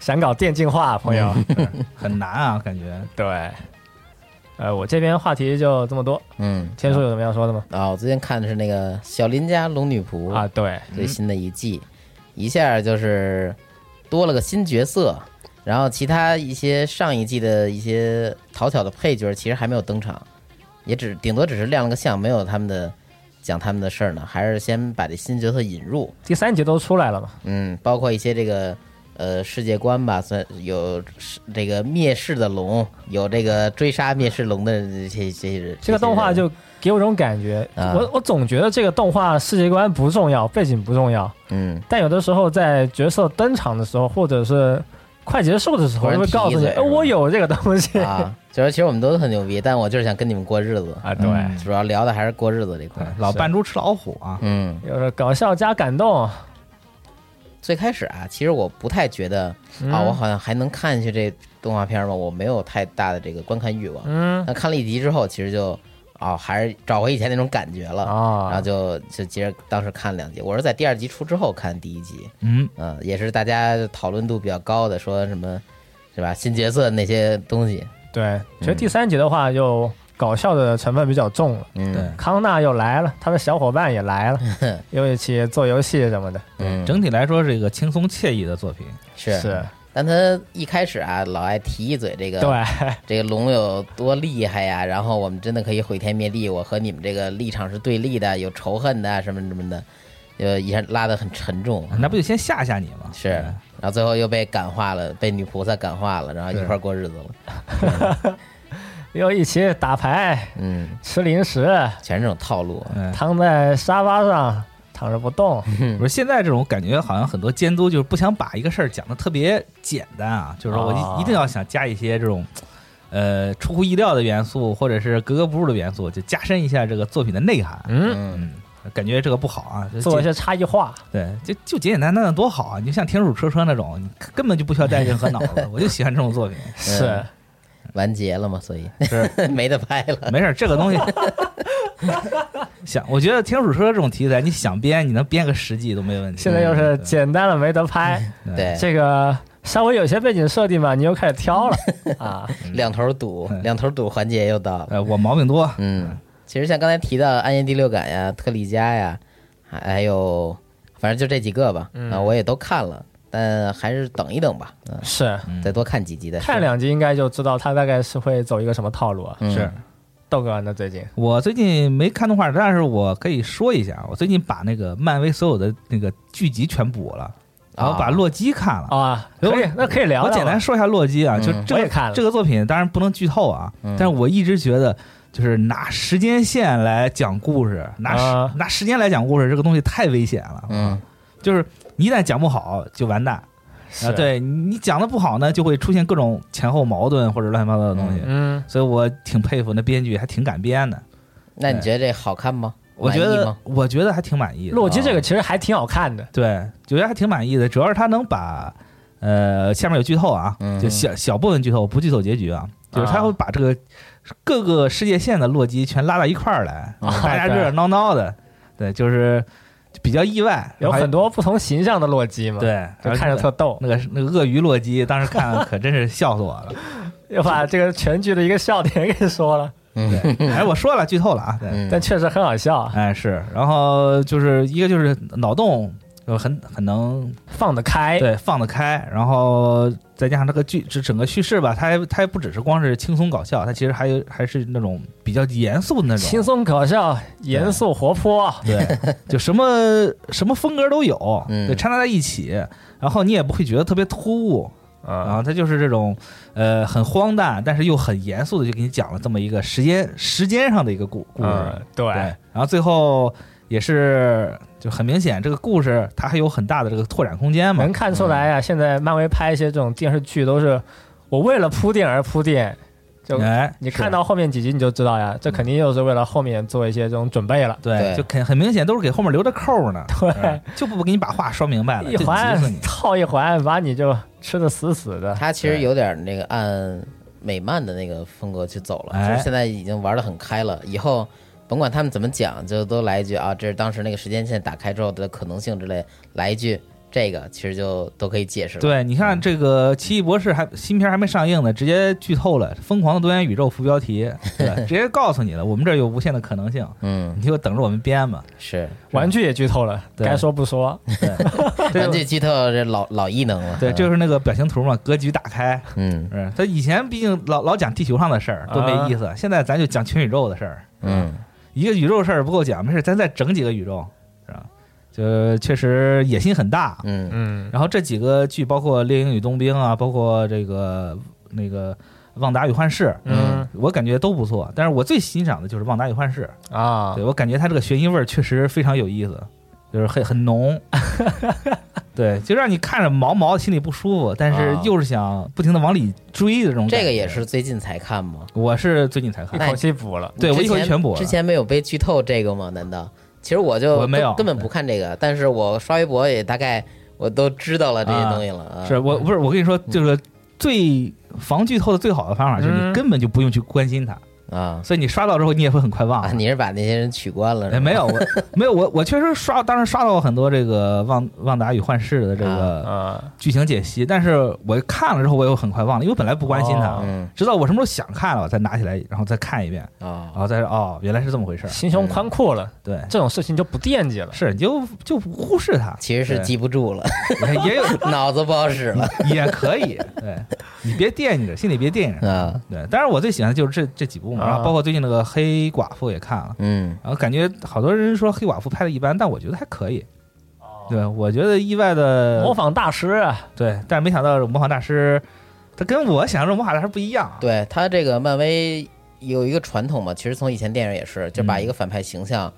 C: 想搞电竞化，朋友。
D: 很难啊，感觉
C: <laughs> 对，呃，我这边话题就这么多。
B: 嗯
C: 天叔有什么要说的吗？
B: 啊，我最近看的是那个《小林家龙女仆》
C: 啊，，对，
B: 最新的一季，一下就是多了个新角色，然后其他一些上一季的一些讨巧的配角其实还没有登场，也只顶多只是亮了个相，没有他们的讲他们的事儿呢，还是先把这新角色引入，
C: 第三集都出来了嘛。
B: 嗯，包括一些这个呃世界观吧，算有是这个灭世的龙，有这个追杀灭世龙的这这这
C: 这个动画
B: 些人
C: 就给我一种感觉，
B: 啊
C: 我我总觉得这个动画世界观不重要，背景不重要，
B: 嗯
C: 但有的时候在角色登场的时候，或者是快结束的时候，
B: 突然
C: 会告诉
B: 提
C: 你，
B: 一嘴
C: 哎，我有这个东西
B: <laughs> 啊，就是其实我们都很牛逼，但我就是想跟你们过日子，
C: 啊对，
D: 嗯
B: 主要聊的嗯还是过日子这块
D: 对
B: 儿。
D: 哎老
C: 是
D: 扮猪吃老虎啊。
B: 嗯，
C: 有点搞笑加感动。
B: 最开始啊，其实我不太觉得
C: 嗯
B: 啊，我好像还能看下去这动画片吗？我没有太大的这个观看欲望。
C: 嗯
B: 那看了一集之后，其实就啊，还是找回以前那种感觉了。然后
C: 啊，
B: 就就接着当时看了两集，我是在第二集出之后看第一集，
D: 嗯，
B: 嗯，也是大家讨论度比较高的，说什么是吧？新角色那些东西，
C: 对，
B: 嗯
C: 其实第三集的话就搞笑的成分比较重了。
B: 嗯
D: 对，
C: 康纳又来了，他的小伙伴也
B: <laughs>
C: 来了，又一起做游戏什么的。
B: 嗯，
D: 整体来说是一个轻松惬意的作品。
B: 是
C: 是，
B: 但他一开始啊，老爱提一嘴这个
C: 对， <laughs>
B: 这个龙有多厉害呀，然后我们真的可以毁天灭地，我和你们这个立场是对立的，有仇恨的啊什么什么的，就一下拉得很沉重。
D: 那不就先吓吓你吗？
B: 嗯是，然后最后又被感化了，被女菩萨感化了，然后一
D: 是
B: 块儿过日子了。
C: 又一起打牌、
B: 嗯，
C: 吃零食，
B: 全是这种套路。
D: 嗯，
C: 躺在沙发上躺着不动。
D: 我说现在这种感觉，好像很多监督就是不想把一个事儿讲的特别简单啊，就是
C: 啊
D: 说我一一定要想加一些这种，呃，出乎意料的元素，或者是格格不入的元素，就加深一下这个作品的内涵。
C: 嗯，
B: 嗯，
D: 嗯，感觉这个不好啊，就
C: 做一
D: 简
C: 些差异化。
D: 对，就就简简单单的多好啊！你就像天鼠车车那种，你根本就不需要带任何脑子，我就喜欢这种作品。
C: 是，
B: 完结了嘛，所以
D: 是，
B: <laughs> 没得拍了。
D: 没事儿，这个
C: <laughs>
D: 东西想，我觉得天鼠车这种题材，你想编，你能编个十季都没问题。
C: 现在又是简单了没得拍，
D: 嗯
B: 对，
C: 这个稍微有些背景设定吧，你又开始挑了
D: 嗯
C: 啊。
B: 两头堵，两头堵环节又到了。
D: 呃，我毛病多，
B: 嗯，其实像刚才提到《暗夜第六感》呀、《特利迦》呀，还还有，反正就这几个吧。啊，我也都看了，但还是等一等吧。嗯，
C: 是，
B: 再多看几集再说。
C: 看两集应该就知道他大概是会走一个什么套路啊。
B: 嗯
D: 是
C: 豆哥呢，最近
D: 我最近没看动画，但是我可以说一下，我最近把那个漫威所有的那个剧集全补了，然后把
B: 啊
D: 洛基看了。
C: 啊，可以，那可以聊
D: 我
C: 聊
D: 简单
C: 吧。
D: 说一下洛基啊，就
B: 嗯
D: 这
C: 我也
D: 个
C: 看了
D: 这个作品，当然不能剧透啊，
B: 嗯
D: 但是我一直觉得，就是拿时间线来讲故事，拿时、
C: 啊
D: 拿时间来讲故事，这个东西太危险了。
B: 嗯，
D: 就是你一旦讲不好就完蛋啊！
C: 是，
D: 对你讲的不好呢，就会出现各种前后矛盾或者乱七八糟的东西。
C: 嗯，
D: 所以我挺佩服那编剧，还挺敢编的。
B: 那你觉得这好看吗？
D: 我觉
B: 满意
D: 得
B: 吗，
D: 我觉得还挺满意的。
C: 洛基这个其实还挺好看的。
D: 对，觉得还挺满意的，主要是他能把，呃，下面有剧透啊，
B: 嗯
C: 啊
D: 就小小部分剧透，不剧透结局啊，就是他会把这个各个世界线的洛基全拉到一块儿来，
B: 啊
D: 大家热热闹闹的，对，就是比较意外，
C: 有
D: 然后还
C: 很多不同形象的洛基嘛，，
D: 对，
C: 就看着特逗，
D: 那个那个鳄鱼洛基，当时看了可真是笑死我了。
C: 又把这个全剧的一个笑点 <laughs> 给说了，
B: 嗯
C: <laughs>
D: 哎，我说了剧透了啊，对，
B: 嗯
C: 但确实很好笑，啊，
D: 哎是，然后就是一个就是脑洞。呃，很很能
C: 放得开，
D: 对放得开，然后再加上这个剧，这整个叙事吧，它还它还不只是光是轻松搞笑，它其实还有还是那种比较严肃的那种，
C: 轻松搞笑，严肃活泼，
D: 对，就什么什么风格都有，
B: 嗯
D: 对，掺杂在一起，然后你也不会觉得特别突兀。
C: 啊
D: 然后它就是这种，呃，很荒诞，但是又很严肃的，就给你讲了这么一个时间时间上的一个故故事。
C: 嗯，对
D: 啊对，，然后最后也是就很明显，这个故事它还有很大的这个拓展空间嘛
C: 能。看出来
D: 嗯
C: 啊，现在漫威拍一些这种电视剧都是我为了铺垫而铺垫，就
D: 哎，
C: 你
D: 是
C: 看到后面几集你就知道呀，这肯定又是为了后面做一些这种准备了。
D: 对，
B: 对
D: 就很很明显都是给后面留着扣儿呢，嗯
C: 对，
D: 就不给你把话说明白了，
C: 一
D: 就哎急死
C: 环
D: 你。
C: 套一环，把你就吃的死死的。
B: 他其实有点那个按美漫的那个风格去走了，就
D: 哎
B: 是现在已经玩的很开了，以后。甭管他们怎么讲，就都来一句啊，这是当时那个时间线打开之后的可能性之类，来一句这个，其实就都可以解释了。
D: 对，你
C: 嗯
D: 看这个《奇异博士还》新片还没上映呢，直接剧透了《疯狂的多元宇宙》副标
C: <laughs>
D: 题，对吧直接告诉你了，我们这儿有无限的可能性，
B: 嗯，
D: 你就等着我们编吧。
B: 是
C: 玩具也剧透了，
D: 对
C: 该说不
D: <laughs>
C: 说。
D: 对
B: 玩具机特这老老异能了。
C: 嗯
D: 对，就是那个表情图嘛，格局打开。
B: 嗯
D: 是，他以前毕竟老老讲地球上的事
C: 啊
D: 儿，多没意思。现在咱就讲全宇宙的事儿，
B: 嗯
D: 一个宇宙事儿不够讲，没事，咱再整几个宇宙，是吧？就确实野心很大，
B: 嗯
C: 嗯，
D: 然后这几个剧，包括《猎鹰与冬兵》啊，包括这个那个《旺达与幻视》，
C: 嗯，
D: 我感觉都不错。但是我最欣赏的就是《旺达与幻视》
C: 啊
D: 嗯对，我感觉它这个悬疑味儿确实非常有意思，就是很很浓， <laughs> 对，就让你看着毛毛心里不舒服，但是
C: 啊
D: 又是想不停的往里追的这种感觉。
B: 这个也是最近才看吗？
D: 我是最近才
C: 一
D: 看，
B: 那
C: 口气补了。
D: 对我
B: 之
D: 一口气
B: 前
D: 全补了
B: 之前没有被剧透这个吗？难道？其实我就
D: 我没有
B: 根根本不看这个，但是我刷微博也大概我都知道了这些东西了。啊
D: 是我不是我跟你说，就是最防剧透的最好的方法是
C: 嗯
D: 你根本就不用去关心它，
B: 啊
D: 所以你刷到之后你也会很快忘了
B: 啊！。你是把那些人取关了？
D: 哎，
B: 是吧
D: 没
C: <laughs>
D: 有，我没有，我我确实刷，当时刷到过很多这个《旺旺达与幻视》的这个
C: 啊，
D: 剧情解析，但是我看了之后，我又很快忘了，因为我本来不关心它，
C: 哦
B: 嗯
D: 直到我什么时候想看了，我才拿起来，然后再看一遍，然
B: 啊
D: 后再说哦，原来是这么回事儿。
C: 心胸宽阔了，
D: 对，
C: 这种事情就不惦记了。
D: 是你就就忽视它，
B: 其实是
D: 对
B: 记不住了， <laughs>
D: 也也有
B: 脑子不好使了
D: 也可以，对你别惦记着，心里别惦记着。
B: 啊！
D: 对，当然我最喜欢的就是这这几部嘛，然后
C: 啊
D: 包括最近那个《黑寡妇》也看了。
B: 嗯
D: 然后感觉好多人说黑寡妇拍的一般，但我觉得还可以。
C: 哦
D: 对，我觉得意外的
C: 模仿大师啊，
D: 对，但是没想到魔法大师，他跟我想象中魔法大师不一样啊。
B: 对他这个漫威有一个传统嘛，其实从以前电影也是，就把
D: 嗯
B: 一个反派形象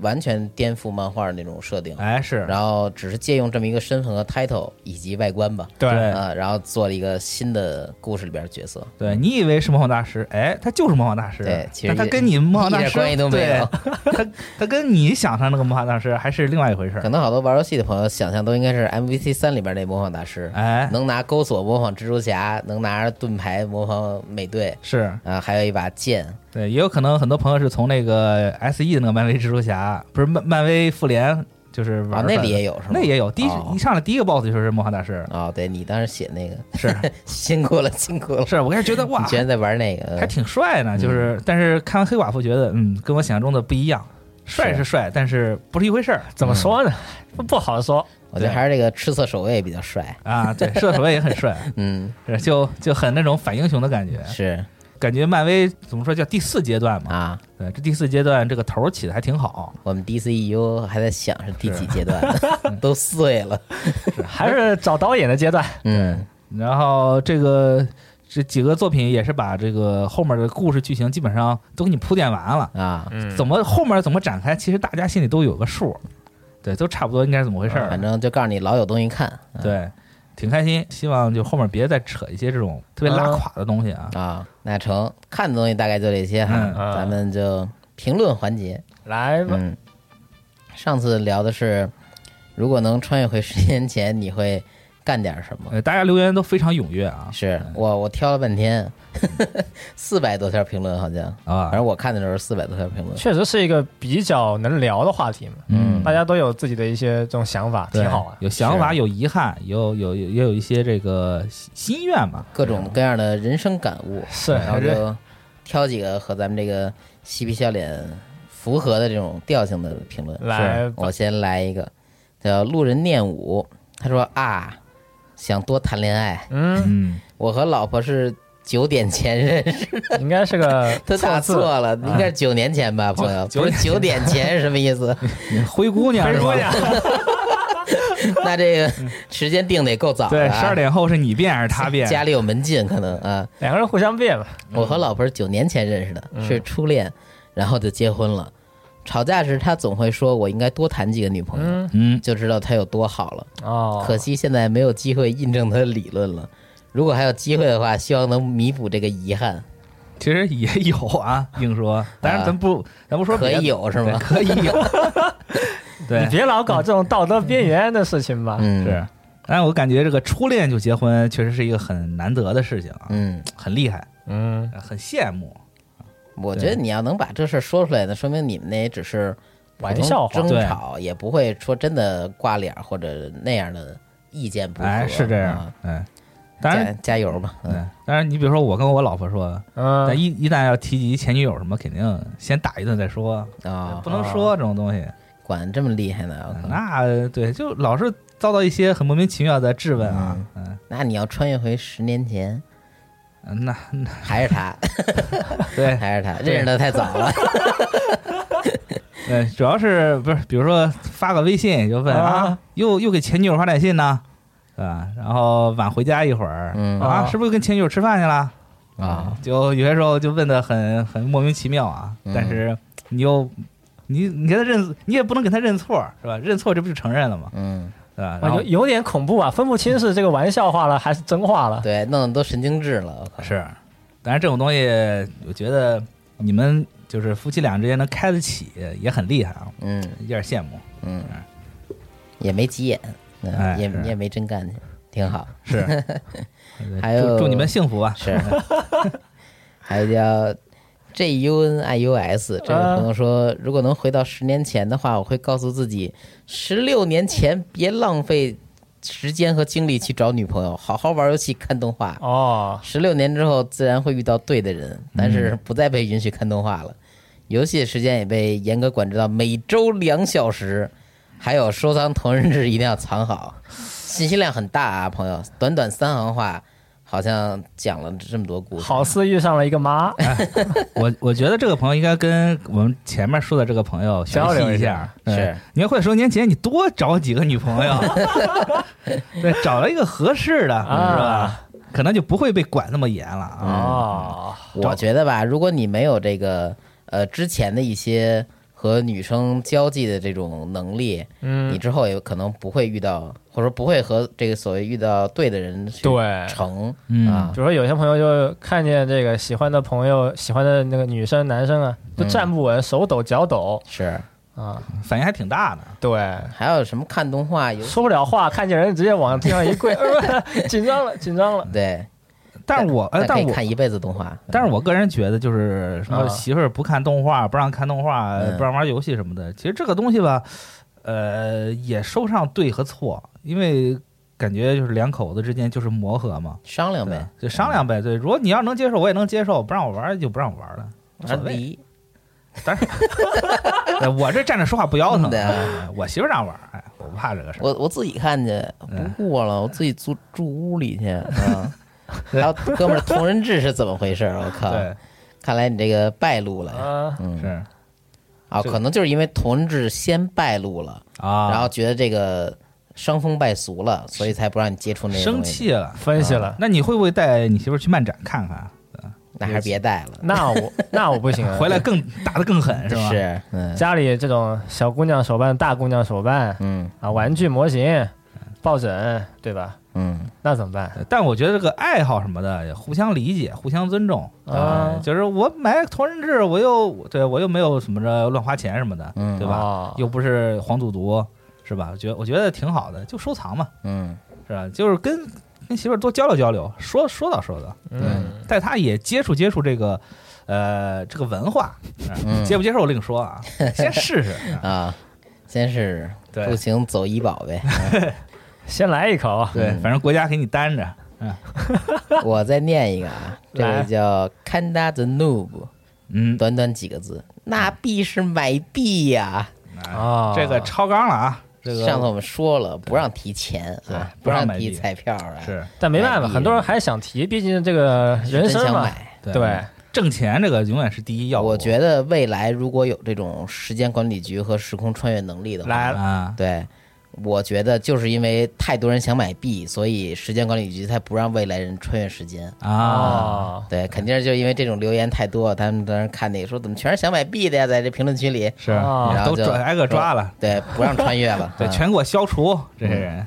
B: 完全颠覆漫画那种设定，
D: 哎，是，
B: 然后只是借用这么一个身份和 title 以及外观吧，
D: 对
B: 啊，然后做了一个新的故事里边的角色，
D: 对你以为是魔法大师，哎，他就是魔法大师，
B: 对其实
D: 但他
B: 一
D: 跟你魔法大
B: 一
D: 师
B: 点关系都没有
D: 对他他跟你想象那个魔法大师还是另外一回事
B: 可
D: 儿。
B: 能好多玩游戏的朋友想象都应该是 MVC 三里边那模仿大师，
D: 哎，
B: 能拿钩索模仿蜘蛛侠，能拿着盾牌模仿美队，
D: 是
B: 啊，还有一把剑，
D: 对，也有可能很多朋友是从那个 S E 的那个漫威蜘蛛侠，不是漫漫威复联，就是玩
B: 啊，
D: 儿
B: 那
D: 的
B: 里也有是吗？
D: 那也有，第一、
B: 哦
D: 一上来第一个 BOSS 就是魔法大师，
B: 啊、对你当时写那个 <laughs>
D: 是
B: 辛苦了，辛苦了，
D: 是，我开始觉得哇
B: 你，居然在玩那个，
D: 还挺帅呢，就是、但是看完黑寡妇觉得，嗯，跟我想象中的不一样，帅是帅，但是不是一回事儿
C: 怎么说呢？不不好说。
B: 我觉得
D: 对
B: 还是这个赤色守卫比较帅，
D: 啊。对，射手也也很帅，
B: 嗯，
D: 是就就很那种反英雄的感觉，
B: 是
D: 感觉漫威怎么说叫第四阶段嘛？
B: 啊，
D: 对，这第四阶段这个头儿起的还挺好，
B: 我们 DCEU 还在想是第
D: 是
B: 几阶段， <laughs> 都碎
D: <laughs>
B: 了，
C: 还是找导演的阶段。
B: 嗯
D: 然后这个。这几个作品也是把这个后面的故事剧情基本上都给你铺垫完了，
B: 啊，
C: 嗯
D: 怎么后面怎么展开，其实大家心里都有个数，对，都差不多应该是怎么回事儿。
B: 反正就告诉你老有东西看，啊
D: 对，挺开心。希望就后面别再扯一些这种特别拉垮的东西啊。
B: 啊，那成看的东西大概就这些哈，
D: 嗯
C: 啊
B: 咱们就评论环节。
C: 来吧？
B: 嗯，上次聊的是，如果能穿越回十年前，你会干点什么？
D: 哎呃，大家留言都非常踊跃啊。
B: 是我我挑了半天， <laughs> 四百多条评论好像，
D: 啊
B: 反，正我看的时候四百多条评论，
C: 确实是一个比较能聊的话题嘛，
D: 嗯
C: 大家都有自己的一些这种想法，挺好啊。
D: 有想法，有遗憾，有有有也有一些这个心心愿吧。
B: 各种各样的人生感
D: <laughs>
B: 悟，
C: 是
B: 然后
D: 哎还是
B: 就挑几个和咱们这个嬉皮笑脸符合的这种调性的评论。
D: 呃
C: 来吧
B: 我先来一个，叫路人念武，他说啊，想多谈恋爱， <laughs>
C: 嗯，
D: 嗯，
B: 我和老婆是九点前认识，
C: 应该是个
B: 他打
C: 字
B: 错了，应该是九年前吧，朋友，
D: 啊 <laughs> 九
B: 不是九点前是什么意
D: <laughs>
B: 思？
D: 嗯灰姑娘
C: 灰
D: 是
C: 姑
D: 吧？
C: 娘，
B: 那这个时间定得够早
D: 嗯对，
B: 了
D: 十
B: 啊
D: 二点后是你变还是他变？
B: 家里有门禁可能啊。
C: 两个人互相变嘛。
B: 我和老婆是九年前认识
D: 嗯
B: 的，是初恋，然后就结婚了。吵架时，她总会说我应该多谈几个女朋友，
C: 嗯，
D: 嗯，
B: 就知道她有多好了。
C: 哦，
B: 可惜现在没有机会印证她的理论了。如果还有机会的话，希望能弥补这个遗憾。
D: 其实也有啊，硬说，当然咱不咱不说
B: 可
D: 别的
B: 以有是吗
D: 对可以有，啊
C: 你
D: 对，
C: 别老搞这种道德边缘的事情吧。
B: 嗯，，
D: 是。啊但是我感觉这个初恋就结婚，确实是一个很难得的事情啊，
B: 嗯，
D: 很厉害，
C: 嗯，
D: 很羡慕。
B: 我觉得你要能把这事儿说出来呢，说明你们那也只是普
C: 玩
B: 通
C: 笑话
B: 争。吵，也不会说真的挂脸儿或者那样的意见不合。
D: 哎，是这样
B: 啊，，
D: 嗯。当
B: 加
D: 然，
B: 加油吧，嗯，
D: 嗯，当然，你比如说我跟我老婆说，咱
C: 嗯，
D: 一一旦要提及前女友什么，肯定先打一顿再说，
B: 啊、
D: 不能说这种东西。
B: 管这么厉害呢，我靠！
D: 那对，就老是遭到一些很莫名其妙的质问啊。嗯，
B: 那你要穿越回十年
D: <laughs>
B: 前，
D: 那那
B: 还是他，
D: 对，
B: 还是他，认识的太早
D: <laughs>
B: 了。
D: 嗯，主要是不是，比如说发个微信就问啊
C: 啊，
D: 又又给前女友发短信呢，对吧？然后晚回家一会儿，
B: 嗯
D: 啊，
C: 啊
D: 是不是跟前女友吃饭去了？
B: 啊，
D: <laughs> 就有些时候就问的很很莫名其妙啊，
B: 嗯
D: 但是你又。你你给他认，你也不能给他认错，是吧？认错这不就承认了吗？
B: 嗯，
D: 对吧？
C: 啊
D: 然后
C: 有有点恐怖啊，分不清是这个玩笑话了还是真话了。
B: 对，弄得都神经质了，我靠！
D: 是，但是这种东西，我觉得你们就是夫妻俩之间能开得起，也很厉害啊，
B: 嗯
D: 有点羡慕。
B: 嗯，也没急眼，嗯
D: 哎
B: 也
D: 是
B: 也没真干去，挺好。 <laughs>
D: 是，
B: 还有
D: 祝祝你们幸福吧。
B: 是，还有叫 J U N I U S 这位朋友说，如果能回到十年前的话，我会告诉自己，十六年前别浪费时间和精力去找女朋友，好好玩游戏、看动画。
C: 哦，
B: 十六年之后，自然会遇到对的人，
C: 嗯
B: 但是不再被允许看动画了。游戏的时间也被严格管制到每周两小时，还有收藏同人志一定要藏好，信息量很大啊，朋友。短短三行话，好像讲了这么多故事。
C: 好似遇上了一个妈，
D: 我我觉得这个朋友应该跟我们前面说的这个朋友学
C: 交流
D: 习
C: 一
D: 一
C: 下
D: 下。
B: 是
D: 对，你要会说年前你多找几个女朋友，对，找了一个合适的，
C: 啊
D: 是吧？可能就不会被管那么严了
B: 嗯
D: 啊。
C: 哦，
B: 我觉得吧，如果你没有这个呃之前的一些和女生交际的这种能力，
C: 嗯
B: 你之后也可能不会遇到，或者说不会和这个所谓遇到对的人去
C: 对
B: 成
D: 嗯
B: 啊
C: 比。如说有些朋友就看见这个喜欢的朋友、喜欢的那个女生、男生啊，就
D: 嗯
C: 站不稳，手抖脚抖
B: 是，
C: 啊，
D: 反应还挺大的。
C: 对，
B: 还有什么看动画游戏？
C: 说不了话，看见人直接往地上一跪， <laughs> 呃紧张了，紧张了，
B: 对，
D: 但是我，哎，
B: 可
D: 但
B: 以
D: 我
B: 看一辈子动画。
D: 但是我个人觉得，就是什
C: 啊
D: 么媳妇儿不看动画，不让看动画，
B: 嗯
D: 不让玩游戏什么的，其实这个东西吧，呃，也说不上对和错，因为感觉就是两口子之间就是磨合嘛，
B: 商量
D: 对
B: 呗，，
D: 就商量呗。对，如果你要能接受，我也能接受；不让我玩就不让我玩了，无所
B: 完第
D: 谓。
B: 一，<laughs>
D: 但是，呃我这站着说话不腰疼，
B: 对啊
D: 哎我媳妇儿让玩，哎，我不怕这个事儿。
B: 我我自己看去，
D: 嗯
B: 不过了，我自己住住屋里去
D: <laughs>
B: 啊。还有哥们儿，同人志是怎么回事儿？我靠！
D: 对，
B: 看来你这个败露了呀
C: 啊，
B: 嗯
D: 是
B: 啊，
D: 是
B: 可能就是因为同人志先败露了，
D: 啊，
B: 然后觉得这个伤风败俗了，所以才不让你接触那个
D: 生
B: 东西。
D: 气了。
C: 分析了，
D: 那你会不会带你媳妇儿去漫展看看？
B: 那还是别带了。
C: 那我那我不行啊，
D: 回来更打得更狠是吧？
B: 呃是，嗯
C: 家里这种小姑娘手办、大姑娘手办
B: 嗯
C: 啊，玩具模型、抱枕，对吧？
B: 嗯，
C: 那怎么办？
D: 但我觉得这个爱好什么的，也互相理解、互相尊重
C: 啊
B: 嗯
D: 哎就是我买同人志，我又对我又没有什么着乱花钱什么的，
B: 嗯
D: 对吧？
C: 哦
D: 又不是黄赌毒，是吧？我觉得我觉得挺好的，就收藏嘛，
B: 嗯
D: 是吧？就是跟跟媳妇儿多交流交流，说说道说道，
C: 嗯，
D: 带她也接触接触这个，呃，这个文化，
B: 嗯
D: 接不接受另说啊，先试试。啊
B: 啊，先是
D: 对
B: 不行走医保呗。
C: 先来一口，
D: <laughs> 对，
B: 嗯
D: 反正国家给你担着，嗯
B: 我再念一个
D: <laughs>
B: 啊，这
C: 来
B: 位叫 Kanda the Noob，
D: 嗯，
B: 短短几个字，那必是买币呀。
C: 啊
D: 这个超纲了啊，这个
B: 上次我们说了，不让提钱啊，
D: 对
B: 不
D: 不让
B: 让
D: 买
B: 提
D: 币
B: 彩票啊，
D: 是
C: 但没办
B: 买
C: 法，
B: 币
C: 很多人还是想提，毕竟这个人
B: 真
C: 生
B: 想
C: 嘛，
B: 买。
C: 对，
D: 挣钱这个永远是第一要务。
B: 我觉得未来如果有这种时间管理局和时空穿越能力的话，
C: 来了
D: 啊，
B: 对，我觉得就是因为太多人想买币，所以时间管理局才不让未来人穿越时间。
D: 啊，
C: 哦，
B: 对，肯定是就因为这种留言太多，他们当时看那个说怎么全是想买币的呀，在这评论区里，
D: 是
C: 啊
B: 然后
D: 都
B: 就
D: 抓挨个抓了，，
B: 对，不让穿越了
D: <laughs> 对，
B: 啊
D: 全国消除这些人。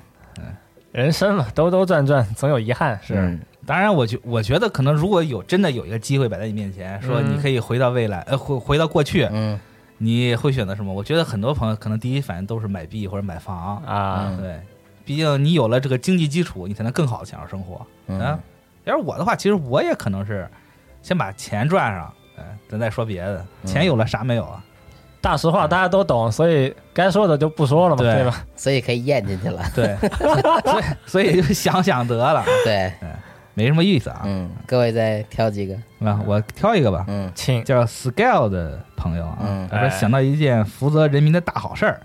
C: 人生嘛，兜兜转转总有遗憾，
D: 是
B: 嗯
D: 当然，我觉我觉得可能如果有真的有一个机会摆在你面前，说
C: 嗯
D: 你可以回到未来，呃，回回到过去，
B: 嗯
D: 你会选择什么？我觉得很多朋友可能第一反应都是买币或者买房，
B: 嗯
C: 啊，
D: 对，毕竟你有了这个经济基础，你才能更好的享受生活。啊
B: 嗯，
D: 要是我的话，其实我也可能是先把钱赚上，嗯，咱再说别的。钱有了，啥没有啊？
C: 大实话大家都懂，所以该说的就不说了嘛，
D: 对
C: 对吧？
B: 所以可以咽进去
D: <laughs>
B: 了。
D: 对，所以所以就想想得了，
B: 对，
D: 没什么意思啊。
B: 嗯，各位再挑几个，
D: 那我挑一个吧，
B: 嗯
C: <laughs>
D: <laughs>
C: 请
D: 叫 Scale 的朋友啊
B: 嗯，
D: 他说想到一件福泽人民的大好事儿。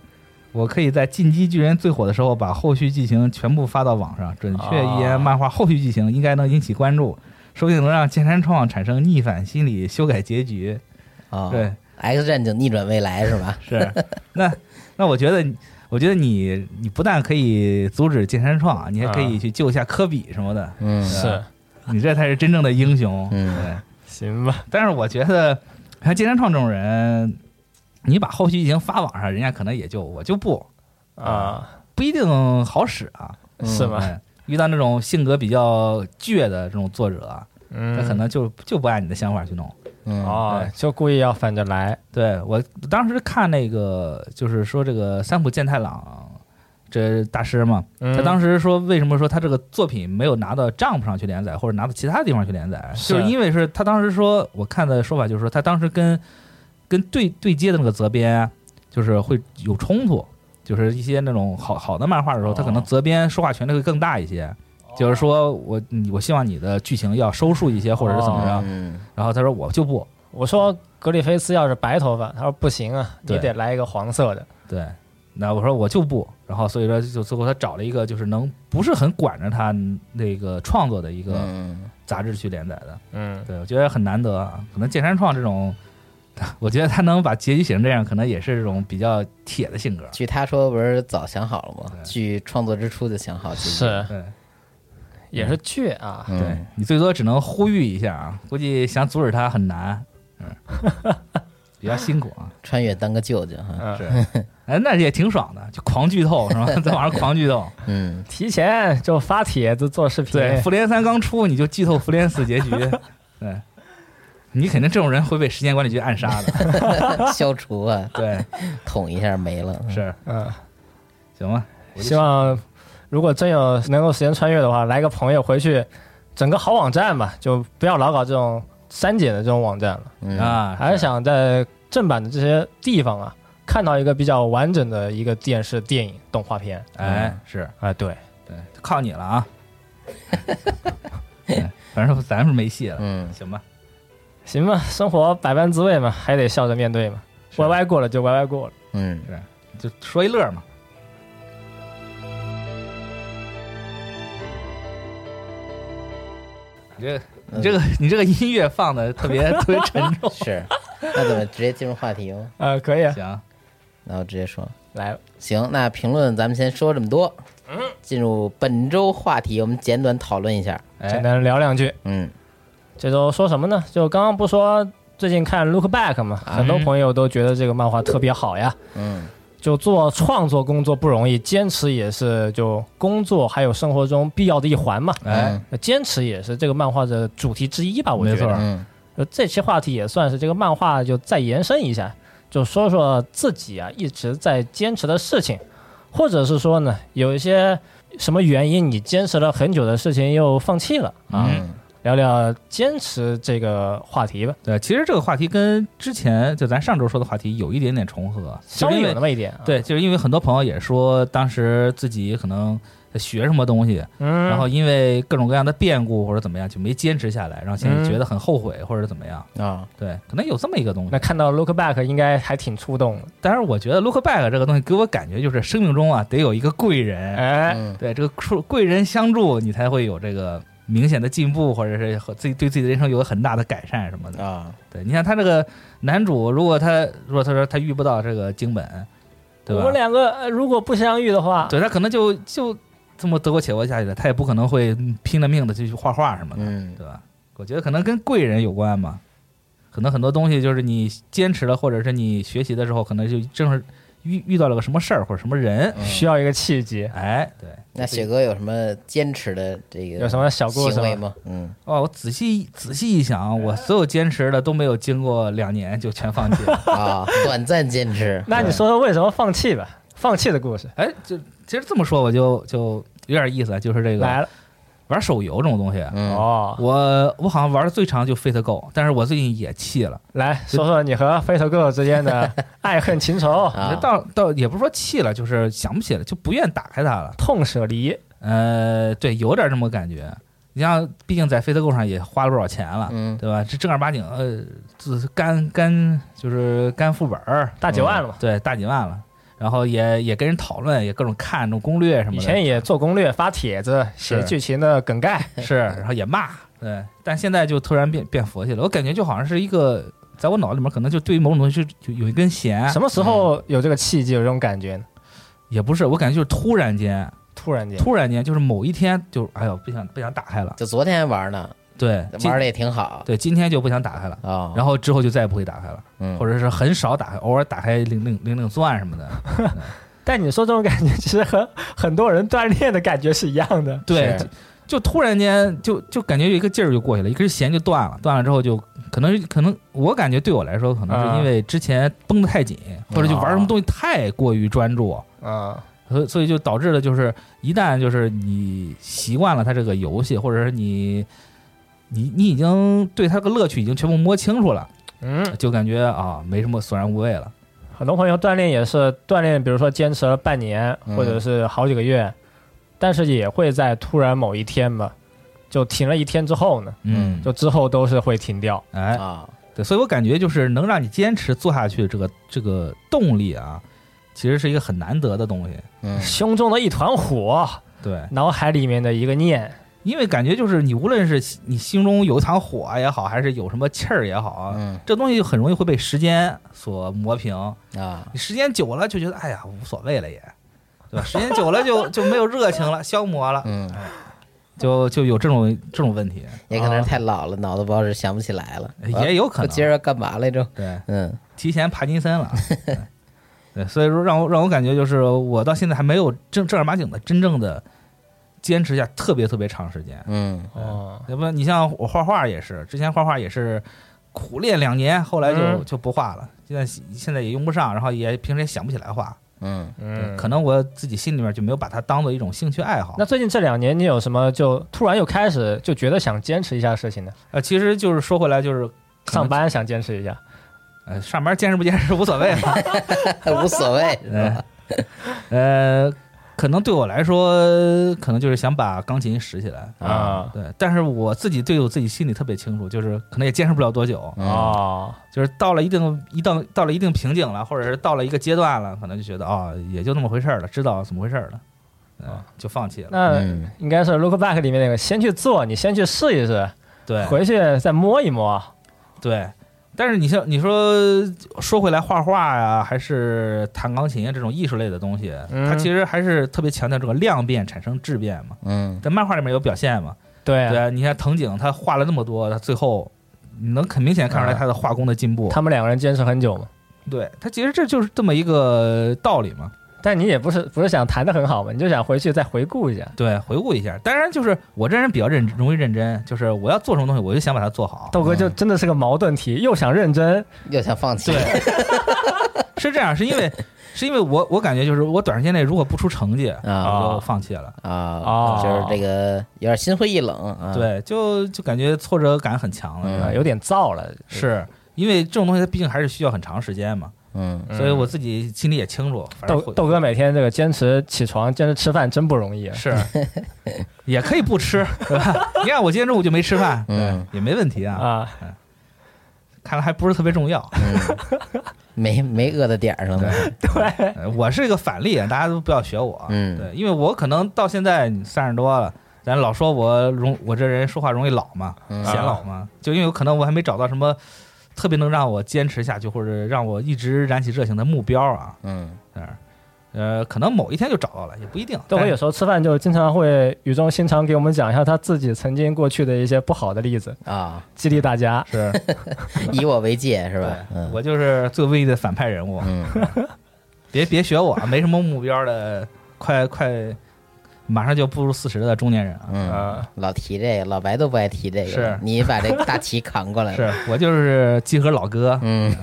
D: 我可以在《进击巨人》最火的时候，把后续剧情全部发到网上。准确一
C: 啊
D: 言，漫画后续剧情应该能引起关注，说不定能让剑山创产生逆反心理，修改结局。
B: 啊，
D: 对，
B: ，X 战警逆转未来是吧？
D: 是， <laughs> 那那我觉得你，我觉得你你不但可以阻止剑山创，啊你还可以去救一下科比什么的，
B: 嗯
C: 是
D: 你这才是真正的英雄。
B: 嗯
D: 对。
C: 行吧，
D: 但是我觉得，像剑山创这种人，你把后续剧情发网上，人家可能也就我就不
C: 啊，
D: 不一定好使啊。
B: 嗯
C: 是吗？
D: 哎遇到那种性格比较倔的这种作者啊，他
C: 嗯，
D: 可能就就不按你的想法去弄。
B: 嗯
C: 哦
D: 对，
C: 就故意要反着来，
D: 对我当时看那个，就是说这个三浦健太郎这大师嘛，
C: 他
D: 他当时说，为什么说他这个作品没有拿到 Jump 上去连载，或者拿到其他地方去连载，
C: 是
D: 就是因为是他当时说，我看的说法就是说，他当时跟跟对对接的那个责编，就是会有冲突，就是一些那种好好的漫画的时候，他可能责编说话权力会更大一些，就是说我你我希望你的剧情要收束一些，或者是怎么着。
B: 嗯
D: 然后他说我就不
C: 我说格里菲斯要是白头发，他说不行啊，你
D: 对
C: 得来一个黄色的，
D: 对，那我说我就不，然后所以说就最后他找了一个就是能不是很管着他那个创作的一个
B: 嗯
D: 杂志去连载的。
C: 嗯，
D: 对，我觉得很难得啊。可能剑山创这种， <laughs> 我觉得他能把结局写成这样，可能也是这种比较铁的性格。
B: 据他说不是早想好了吗？
D: 对
B: 据创作之初就想好结局，
C: 是
D: 对，
C: 也是倔啊，
B: 嗯，
D: 对你最多只能呼吁一下啊，估计想阻止他很难。嗯，比较辛苦啊。
B: 穿越当个舅舅
D: <laughs>
B: 哈，
C: 嗯，
D: 哎，那也挺爽的，就狂剧透是吧？在网上狂剧透。
B: 嗯，
C: 提前就发帖子做视频，
D: 对，复联三刚出你就剧透复联四结局，对，你肯定这种人会被时间管理局暗杀的。
B: 消除啊，
D: 对，
B: 捅一下没了，
D: 是，
C: 嗯，
D: 行吧。我就
C: 希望如果真有能够时间穿越的话，来个朋友回去，整个好网站吧，就不要老搞这种删减的这种网站了，
B: 嗯，
D: 啊，
C: 还是想在正版的这些地方啊，看到一个比较完整的一个电视、电影、动画片
D: 哎是。
C: 啊，对，
D: 对，靠你了啊！ <laughs> 对反正咱是没戏了，
B: 嗯，
D: 行吧？
C: 行吧，生活百般滋味嘛，还得笑着面对嘛，
D: 是啊
C: 歪歪过了就歪歪过了。
B: 嗯
D: 就说一乐嘛。你这、你
C: 嗯
D: 这个、你这个音乐放的
C: <laughs>
D: 特别特别沉重。
B: 是， <laughs> 那怎么直接进入话题吗？
C: 呃，可以啊，
D: 行，
B: 那我直接说，
C: 来，
B: 行，那评论咱们先说这么多，嗯，进入本周话题，我们简短讨论一下，
C: 简
D: 哎，
C: 单聊两句。
B: 嗯
C: 这周说什么呢？就刚刚不说最近看《Look Back》嘛，
D: 嗯
C: 很多朋友都觉得这个漫画特别好呀。
B: 嗯
C: 就做创作工作不容易，坚持也是就工作还有生活中必要的一环嘛。
D: 哎，
C: 那坚持也是这个漫画的主题之一吧，我觉
D: 没
C: 得
D: 错。
B: 嗯
C: 呃这期话题也算是这个漫画就再延伸一下，就说说自己啊一直在坚持的事情，或者是说呢，有一些什么原因你坚持了很久的事情又放弃了啊？
B: 嗯
C: 聊聊坚持这个话题吧，
D: 对，其实这个话题跟之前就咱上周说的话题有一点点重合，
C: 稍
D: 就是
C: 微
D: 因
C: 有
D: 为
C: 那么一点、啊。，
D: 对，就是因为很多朋友也说，当时自己可能学什么东西，
C: 嗯，
D: 然后因为各种各样的变故或者怎么样，就没坚持下来，然后现在
C: 嗯
D: 觉得很后悔或者怎么样。
B: 啊，
D: 对，可能有这么一个东西
C: 那。看到 look back 应该还挺触动的，
D: 但是我觉得 look back 这个东西给我感觉就是生命中啊得有一个贵人，
C: 哎，
B: 嗯
D: 对这个贵贵人相助，你才会有这个明显的进步，或者是和自己对自己的人生有很大的改善什么的。
B: 啊，
D: 对，你看他这个男主，如果他如果他说他遇不到这个京本，对
C: 我
D: 吧？
C: 们两个呃如果不相遇的话，
D: 对他可能就就这么得过且过下去了，他也不可能会拼了命的去去画画什么的，
B: 嗯
D: 对吧？我觉得可能跟贵人有关嘛，可能很多东西就是你坚持了，或者是你学习的时候，可能就正是遇遇到了个什么事儿或者什么人，
B: 嗯
C: 需要一个契机。
D: 哎，对。
B: 那雪哥有什么坚持的这个
C: 有什么小故事
B: 行为
C: 吗？
B: 吗？嗯，
D: 哦，我仔细仔细一想，我所有坚持的都没有经过两年就全放弃
B: <laughs>
D: 了。
B: 啊，短暂坚持
C: <laughs> 那你说说为什么放弃吧？放弃的故事
D: 哎，就其实这么说，我就就有点意思，就是这个
C: 来了
D: 玩手游这种东西，啊
B: 嗯
C: 哦，
D: 我我好像玩的最长就 Fate Go，但是我最近也弃了。
C: 来说说你和飞头哥之间的爱恨情仇、
B: 啊
D: 这到到也不是说弃了，就是想不起来，就不愿打开它了。
C: 痛舍离，
D: 呃，对，有点这么感觉。你像，毕竟在 Fate Go 上也花了不少钱了，
B: 嗯
D: 对吧？这正儿八经，呃，自干干就是干副本儿，
C: 大几万了嘛？
D: 对，大几万了。然后也也跟人讨论，也各种看这种攻略什么
C: 以
D: 的。
C: 前也做攻略、发帖子、写
D: 是
C: 剧情的梗概，
D: 是，然后也骂，对，但现在就突然变变佛系了。我感觉就好像是一个，在我脑子里面可能就对于某种东西就就有一根弦，
C: 什么时候有这个契机，有这种感觉呢？
D: 也不是，我感觉就是突然间，
C: 突然间，
D: 突然间就是某一天就哎呦不想不想打开了，
B: 就昨天玩呢，
D: 对，今
B: 玩的也挺好
D: 对今天就不想打开了。
B: 啊，
D: 然后之后就再也不会打开了，
B: 嗯
D: 或者是很少打开，偶尔打开零零零零钻什么的。
C: 但你说这种感觉，其实和很多人锻炼的感觉是一样的。
D: 对，
B: 是
D: 就就突然间就就感觉有一个劲儿就过去了，一根弦就断了，断了之后就可能可能我感觉对我来说，可能
C: 啊
D: 是因为之前绷得太紧，或者就玩什么东西太过于专注，
C: 啊，
D: 所以所以就导致了就是一旦就是你习惯了它这个游戏，或者是你你你已经对它个乐趣已经全部摸清楚了，
C: 嗯，
D: 就感觉啊没什么索然无味了。
C: 很多朋友锻炼也是锻炼，比如说坚持了半年
B: 嗯
C: 或者是好几个月，但是也会在突然某一天嘛，就停了一天之后呢，
D: 嗯，
C: 就之后都是会停掉。
D: 哎，
B: 啊，
D: 对，所以我感觉就是能让你坚持做下去的这个这个动力啊，其实是一个很难得的东西。
B: 嗯
C: 胸中的一团火，
D: 对，
C: 脑海里面的一个念，
D: 因为感觉就是你无论是你心中有一场火也好，还是有什么气儿也好啊，
B: 嗯
D: 这东西很容易会被时间所磨平。
B: 啊，
D: 你时间久了就觉得哎呀无所谓了也，对吧？时间久了就就没有热情了，消磨了，
B: 嗯，
D: 就就有这种这
B: <laughs>
D: 种问题，
B: 也可能是太老了，脑子不好使，想不起来了，
D: 啊呃也有
B: 啊
D: 可
B: 我
D: 能
B: 今儿干嘛来着？
D: 对
B: 嗯
D: 提前帕金森了。 <laughs> 对对，所以说让我让我感觉就是我到现在还没有正正儿八经的真正的坚持下特别特别长时间。
B: 嗯
C: 哦，
D: 要不你像我画画也是，之前画画也是苦练两年，后来就、
C: 嗯
D: 就不画了。现在现在也用不上，然后也平时也想不起来画。
B: 嗯 <laughs>
C: 嗯，
D: 可能我自己心里面就没有把它当做一种兴趣爱好。
C: 那最近这两年，你有什么就突然又开始就觉得想坚持一下事情呢？
D: 呃，其实就是说回来就是可能
C: 上班想坚持一下，
D: 呃上班坚持不坚持无所谓了。
B: 无所
D: <laughs>
B: 谓，是吧
C: <laughs>
D: 呃呃，可能对我来说，可能就是想把钢琴拾起来。
C: 啊
D: 对，但是我自己对我自己心里特别清楚，就是可能也坚持不了多久，
B: 嗯
C: 哦，
D: 就是到了一定一到到了一定瓶颈了，或者是到了一个阶段了，可能就觉得啊、也就那么回事儿了，知道怎么回事儿了，嗯、
C: 啊
D: 就放弃了。
C: 那
B: 嗯
C: 应该是 look back 里面那个，先去做，你先去试一试，
D: 对
C: 回去再摸一摸。
D: 对，但是你像你说说回来，画画呀、还是弹钢琴啊这种艺术类的东西，
C: 嗯
D: 它其实还是特别强调这个量变产生质变嘛，
B: 嗯
D: 在漫画里面有表现嘛。
C: 对啊，
D: 对啊，你看藤井他画了那么多，他最后你能很明显看出来他的画工的进步。
C: 他们两个人坚持很久嘛。
D: 对他其实这就是这么一个道理嘛。
C: 但你也不是不是想弹得很好嘛，你就想回去再回顾一下。
D: 对，回顾一下，当然就是我这人比较认容易认真，就是我要做什么东西，我就想把它做好。
C: 豆哥就真的是个矛盾体，又想认真，
B: 又想放弃，
D: 对， <laughs> 是这样，是因为是因为我我感觉就是我短时间内如果不出成绩，我就放弃了。
B: 啊，就是这个有点心灰意冷啊。，
D: 哦对，就就感觉挫折感很强了，
B: 嗯
C: 啊有点燥了，
D: 是因为这种东西它毕竟还是需要很长时间嘛，
B: 嗯，
C: 嗯
D: 所以我自己心里也清楚。反正
C: 豆
D: 会
C: 豆哥每天这个坚持起床、坚持吃饭真不容易。啊
D: 是也可以不吃，
B: <laughs>
D: 对吧？你看我今天中午就没吃饭，对
B: 嗯，
D: 也没问题啊。
C: 啊，
D: 看来还不是特别重要。
B: 嗯没没饿到点儿上呢。
D: 呃我是一个反例，大家都不要学我。
B: 嗯
D: 对，因为我可能到现在三十多了，咱老说我容我这人说话容易老嘛，
B: 嗯
D: 显老嘛，就因为有可能我还没找到什么特别能让我坚持下去或者让我一直燃起热情的目标啊。
B: 嗯
D: 嗯，呃，可能某一天就找到了，也不一定。
C: 豆哥
D: 但
C: 有时候吃饭就经常会语重心长给我们讲一下他自己曾经过去的一些不好的例子，
B: 啊，
C: 激励大家。
D: 是
B: <laughs> 以我为戒是
D: 对
B: 吧？嗯
D: 我就是最危的反派人物，
B: 嗯
D: 别别学我，没什么目标的，快快，马上就步入四十的中年人啊。
B: 嗯，
C: 啊，
B: 老提这个，老白都不爱提这个。
D: 是
B: 你把这个大旗扛过来了。
D: 是我就是集合老哥，
B: 嗯，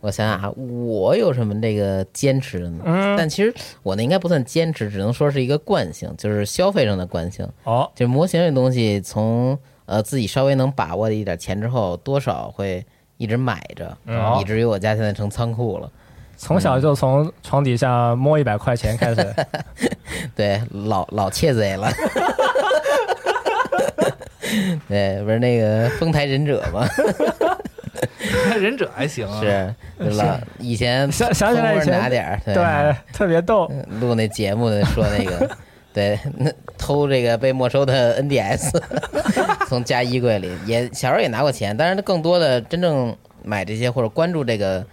B: 我想想啊，我有什么这个坚持的呢？
C: 嗯，
B: 但其实我那应该不算坚持，只能说是一个惯性，就是消费上的惯性。
C: 哦，
B: 就模型这东西从，呃自己稍微能把握的一点钱之后，多少会一直买着，
C: 嗯
B: 以至于我家现在成仓库了。
C: 从小就从床底下摸一百块钱开始，
B: 对，老老窃贼了。 <laughs> 对，不是那个丰台忍者吗？
D: 忍者还行啊。
B: 嗯是，就老以前
C: 嗯想想起来以
B: 偷摸拿
C: 前
B: 点儿，
C: 对特别逗，
B: 录那节目的说那个，对，那偷这个被没收的 NDS，从家衣柜里也小时候也拿过钱，但是更多的真正买这些或者关注这个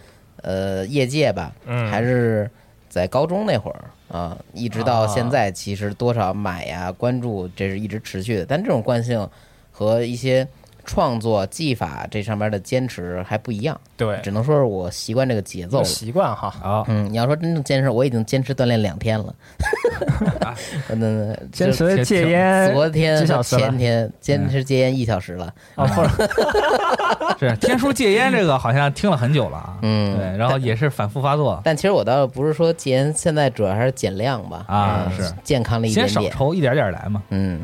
B: 呃业界吧，
C: 嗯
B: 还是在高中那会儿啊、一直到现在，其实多少买呀、关注，这是一直持续的。但这种惯性和一些创作技法这上面的坚持还不一样，
C: 对，
B: 只能说是我习惯这个节奏
C: 有
B: 了。
C: 习惯哈。
D: 好，
B: 嗯，你要说真正坚持，我已经坚持锻炼两天了。 <laughs> 嗯，
C: <laughs> 坚
B: 就
C: 持戒烟
B: 昨天、
C: 几小时了嗯
B: 前天坚持戒烟一小时了。
C: 啊，或者
D: 是天书戒烟这个好像听了很久了啊，
B: 嗯
D: 对，然后也是反复发作，
B: 但其实我倒不是说戒烟，现在主要还是减量吧，
D: 啊
B: 嗯
D: 是
B: 健康了一点
D: 先少
B: 点。
D: 抽，一点点来嘛。
B: 嗯，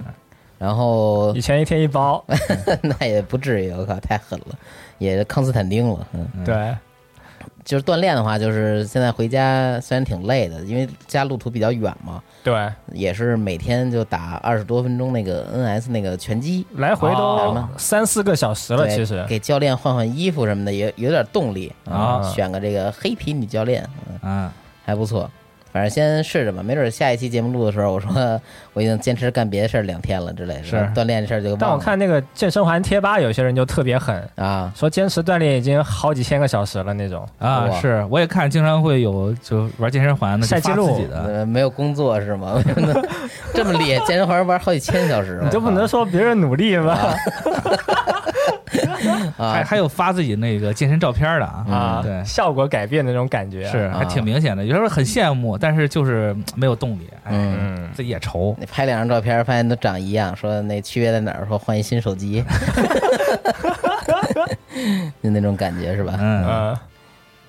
B: 然后
C: 以前一天一包，
B: <laughs> 那也不至于，我靠，太狠了，也康斯坦丁了。嗯，
C: 对，
B: 就是锻炼的话，就是现在回家虽然挺累的，因为家路途比较远嘛，
C: 对，
B: 也是每天就打二十多分钟那个 NS 那个拳击。
C: 来回都
B: 哦
C: 三四个小时了，
B: 对
C: 其实
B: 给教练换换衣服什么的，也有点动力
D: 啊
B: 选个这个黑皮女教练，嗯，
D: 嗯，
B: 还不错。反正先试着吧，没准下一期节目录的时候，我说我已经坚持干别的事儿两天了之类的，
D: 是
B: 锻炼这事儿就忘了。
C: 但我看那个健身环贴吧，有些人就特别狠，
B: 啊，
C: 说坚持锻炼已经好几千个小时了那种。
D: 啊，
B: 哇
D: 是，我也看经常会有就玩健身环的
C: 晒
D: 就发
C: 记录
D: 自己的，
B: 呃没有工作是吗？为 <laughs> 什么这么厉害？健身环玩好几千小时，
C: 你就不能说别人努力吗？
D: 还
B: 啊？
D: 还有发自己那个健身照片的啊，
C: 啊，
B: 嗯
D: 对
C: 效果改变的那种感觉。，
D: 是还
B: 啊
D: 挺明显的，有时候很羡慕，但是就是嗯没有动力，哎，
B: 嗯，
C: 嗯，
D: 自己也愁，
B: 你拍两张照片，发现都长一样，说那区别在哪儿？说换一新手
C: <laughs>
B: 机， <laughs> 就那种感觉是吧？
D: 嗯，
C: 呃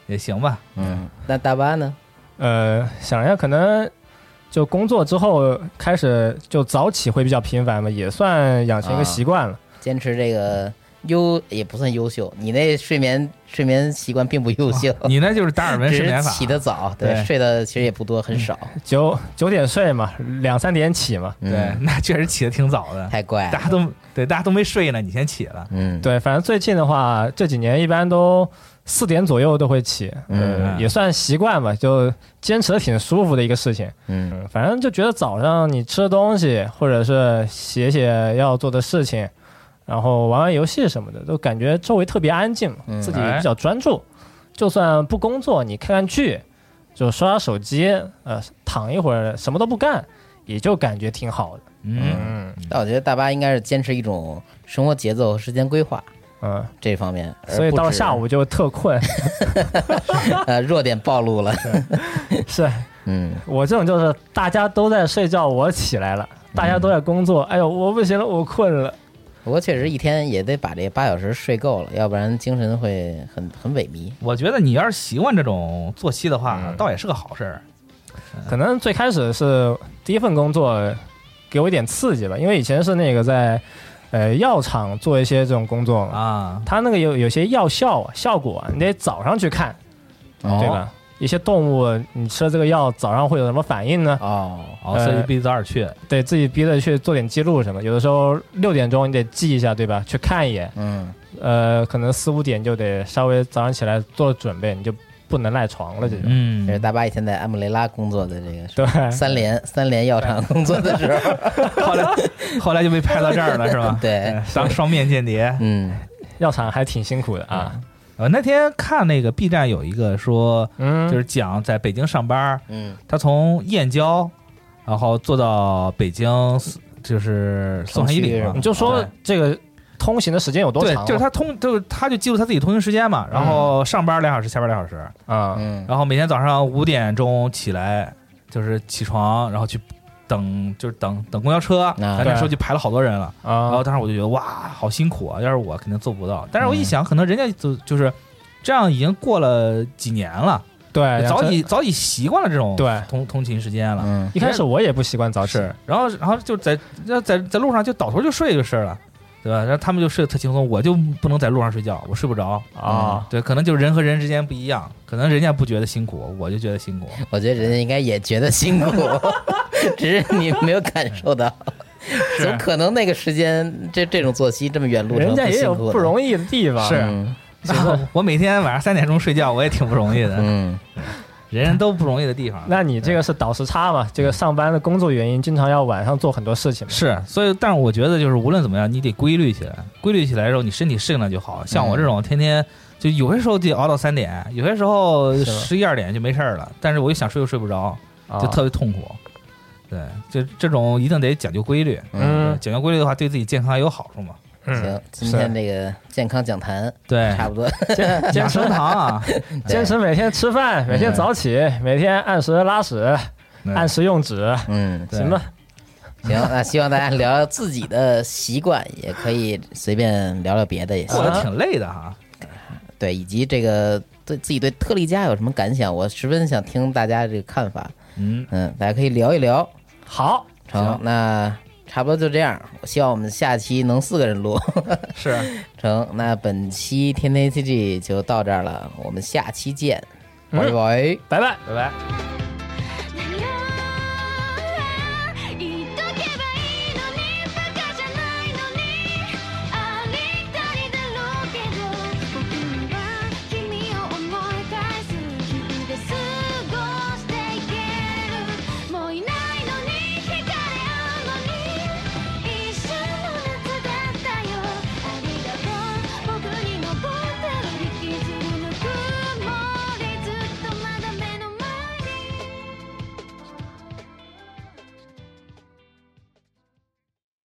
D: 也行吧，
B: 嗯，那大巴呢？
C: 呃，想一下，可能就工作之后开始就早起会比较频繁嘛，也算养成
B: 啊
C: 一个习惯了。
B: 坚持这个优也不算优秀，你那睡眠睡眠习惯并不优秀，
D: 哦啊你那就是达尔文
B: 只
D: 睡
B: 是
D: 眠法，啊
B: 起得早，对，
D: 对
B: 睡的其实也不多，很
C: 嗯
B: 少，
C: 九九点睡嘛，两三点起嘛。
B: 嗯
D: 对，，那确实起得挺早的，
B: 太怪
D: 嗯大
B: 了，
D: 家都对大家都没睡呢，你先起了，
B: 嗯，，
C: 对，反正最近的话，这几年一般都四点左右都会起，呃
D: 嗯
C: 也算习惯吧，就坚持的挺舒服的一个事情。
B: 嗯
C: 嗯，反正就觉得早上你吃东西，或者是写写要做的事情，然后玩玩游戏什么的，都感觉周围特别安静，
B: 嗯
C: 自己比较专注。就算不工作，你看看剧，就刷刷手机，呃，躺一会儿，什么都不干，也就感觉挺好的。
D: 嗯，
C: 嗯
B: 但我觉得大巴应该是坚持一种生活节奏和时间规划
C: 嗯，
B: 这方面，而
C: 所以
B: 哎不
C: 到
B: 止
C: 下午，就特困。
B: <laughs> 呃，弱点暴露了， <laughs>
C: 是
B: 嗯
C: 我这种就是大家都在睡觉，我起来了；大家都在工作，哎呦，我不行了，我困了。
B: 不过确实一天也得把这八小时睡够了，要不然精神会很很萎靡。
D: 我觉得你要是习惯这种作息的话，
C: 嗯
D: 倒也是个好事儿。
C: 可能最开始是第一份工作给我一点刺激吧，因为以前是那个在呃药厂做一些这种工
B: 嗯
C: 作嘛，
D: 啊，
C: 它那个有有些药效啊效果啊，你得早上去看，
B: 哦
C: 对吧？一些动物你吃了这个药早上会有什么反应呢？
B: 哦，
D: 哦，所以必须早点去。
C: 得自己逼着去做点记录什么，有的时候六点钟你得记一下，对吧？去看一眼，
B: 嗯，
C: 呃，可能四五点就得稍微早上起来做准备，你就不能赖床了这种。
D: 嗯
B: 这是大巴以前在安布雷拉工作的这个时
C: 对，
B: 候三联三联药厂工作的时候，<laughs>
D: 后来后来就被派到这儿了，是吧？
B: 对，
D: 嗯，当双面间谍。
B: 嗯，
C: 药厂还挺辛苦的啊。
D: 呃，那天看那个 B 站有一个说，
C: 嗯，
D: 就是讲在北京上班，
B: 嗯，
D: 他从燕郊，然后坐到北京，就是宋海一里嘛。
B: 嗯
C: 你就说这个通行的时间有多
D: 对，
C: 长？啊嗯
D: 就是他通，就是他就记录他自己通勤时间嘛，然后上班两小时，下班两小时，
C: 啊，
B: 嗯，
D: 然后每天早上五点钟起来，就是起床，然后去等，就是等等公交车。咱那时候就排了好多人了，然后
C: 啊，
D: 当时我就觉得哇，好辛苦啊！要是我肯定做不到。但是
C: 嗯
D: 我一想，可能人家就就是这样，已经过了几年了，
C: 对，
D: 早
C: 然后
D: 已早已习惯了这种
C: 哎对。
D: 通通勤时间了。
B: 嗯，
C: 一开始我也不习惯早起，
D: 是，然后然后就在那在在路上就倒头就睡就是了，对吧？然后他们就睡得特轻松，我就不能在路上睡觉，我睡不着。
C: 啊，
D: 对，可能就是人和人之间不一样，可能人家不觉得辛苦，我就觉得
C: <laughs>
D: 辛苦。
B: 我觉得人家应该也觉得辛苦，只是你没有感受到，怎么可能那个时间这这种作息这么
D: 嗯
B: 远路程
C: 人家也有不
B: 易，
C: 容易的地方，
D: 是
B: 嗯
D: 我每天晚上三点钟睡觉，我也挺不容易的，
B: 嗯，
D: 人人都不容易的地方。
C: 那你这个是倒时差嘛？这个上班的工作原因，经常要晚上做很多事情嘛。
D: 是，所以，但是我觉得就是无论怎么样，你得规律起来。规律起来之后，你身体适应了就好。像我这
C: 嗯
D: 种天天就有些时候就熬到三点，有些时候
C: 是吧
D: 十一二点就没事儿了，但是我又想睡又睡不着，
C: 啊
D: 就特别痛苦。对，就这种一定得讲究规律。
C: 嗯
D: 讲究规律的话，对自己健康也有好处嘛。
C: 嗯，哎
B: 行，今天这个健康讲坛
D: 对，
B: 差不
C: <laughs>
B: 多，
D: 养
C: 坚持
D: 生堂
C: <laughs>
D: 啊，
C: 坚持每天吃饭，每天早起，每天按时拉屎，
D: 嗯
C: 按时用纸，
B: 嗯，
D: 对
C: 行吧？
B: 行，那希望大家聊聊自己的习惯，也可以随便聊聊别的也行
D: 过。得挺累的哈。
B: 对，以及这个对自己对特例家有什么感想，我十分想听大家这个看法。
D: 嗯，
B: 嗯，大家可以聊一聊。
C: 好，
B: 成
D: 行，
B: 那差不多就这样。我希望我们下期能四个人录。 <laughs>
D: 是，
B: 成，那本期天天 ACG 就到这儿了，我们下期见，
C: 嗯
B: 拜拜。
C: 拜拜，拜拜。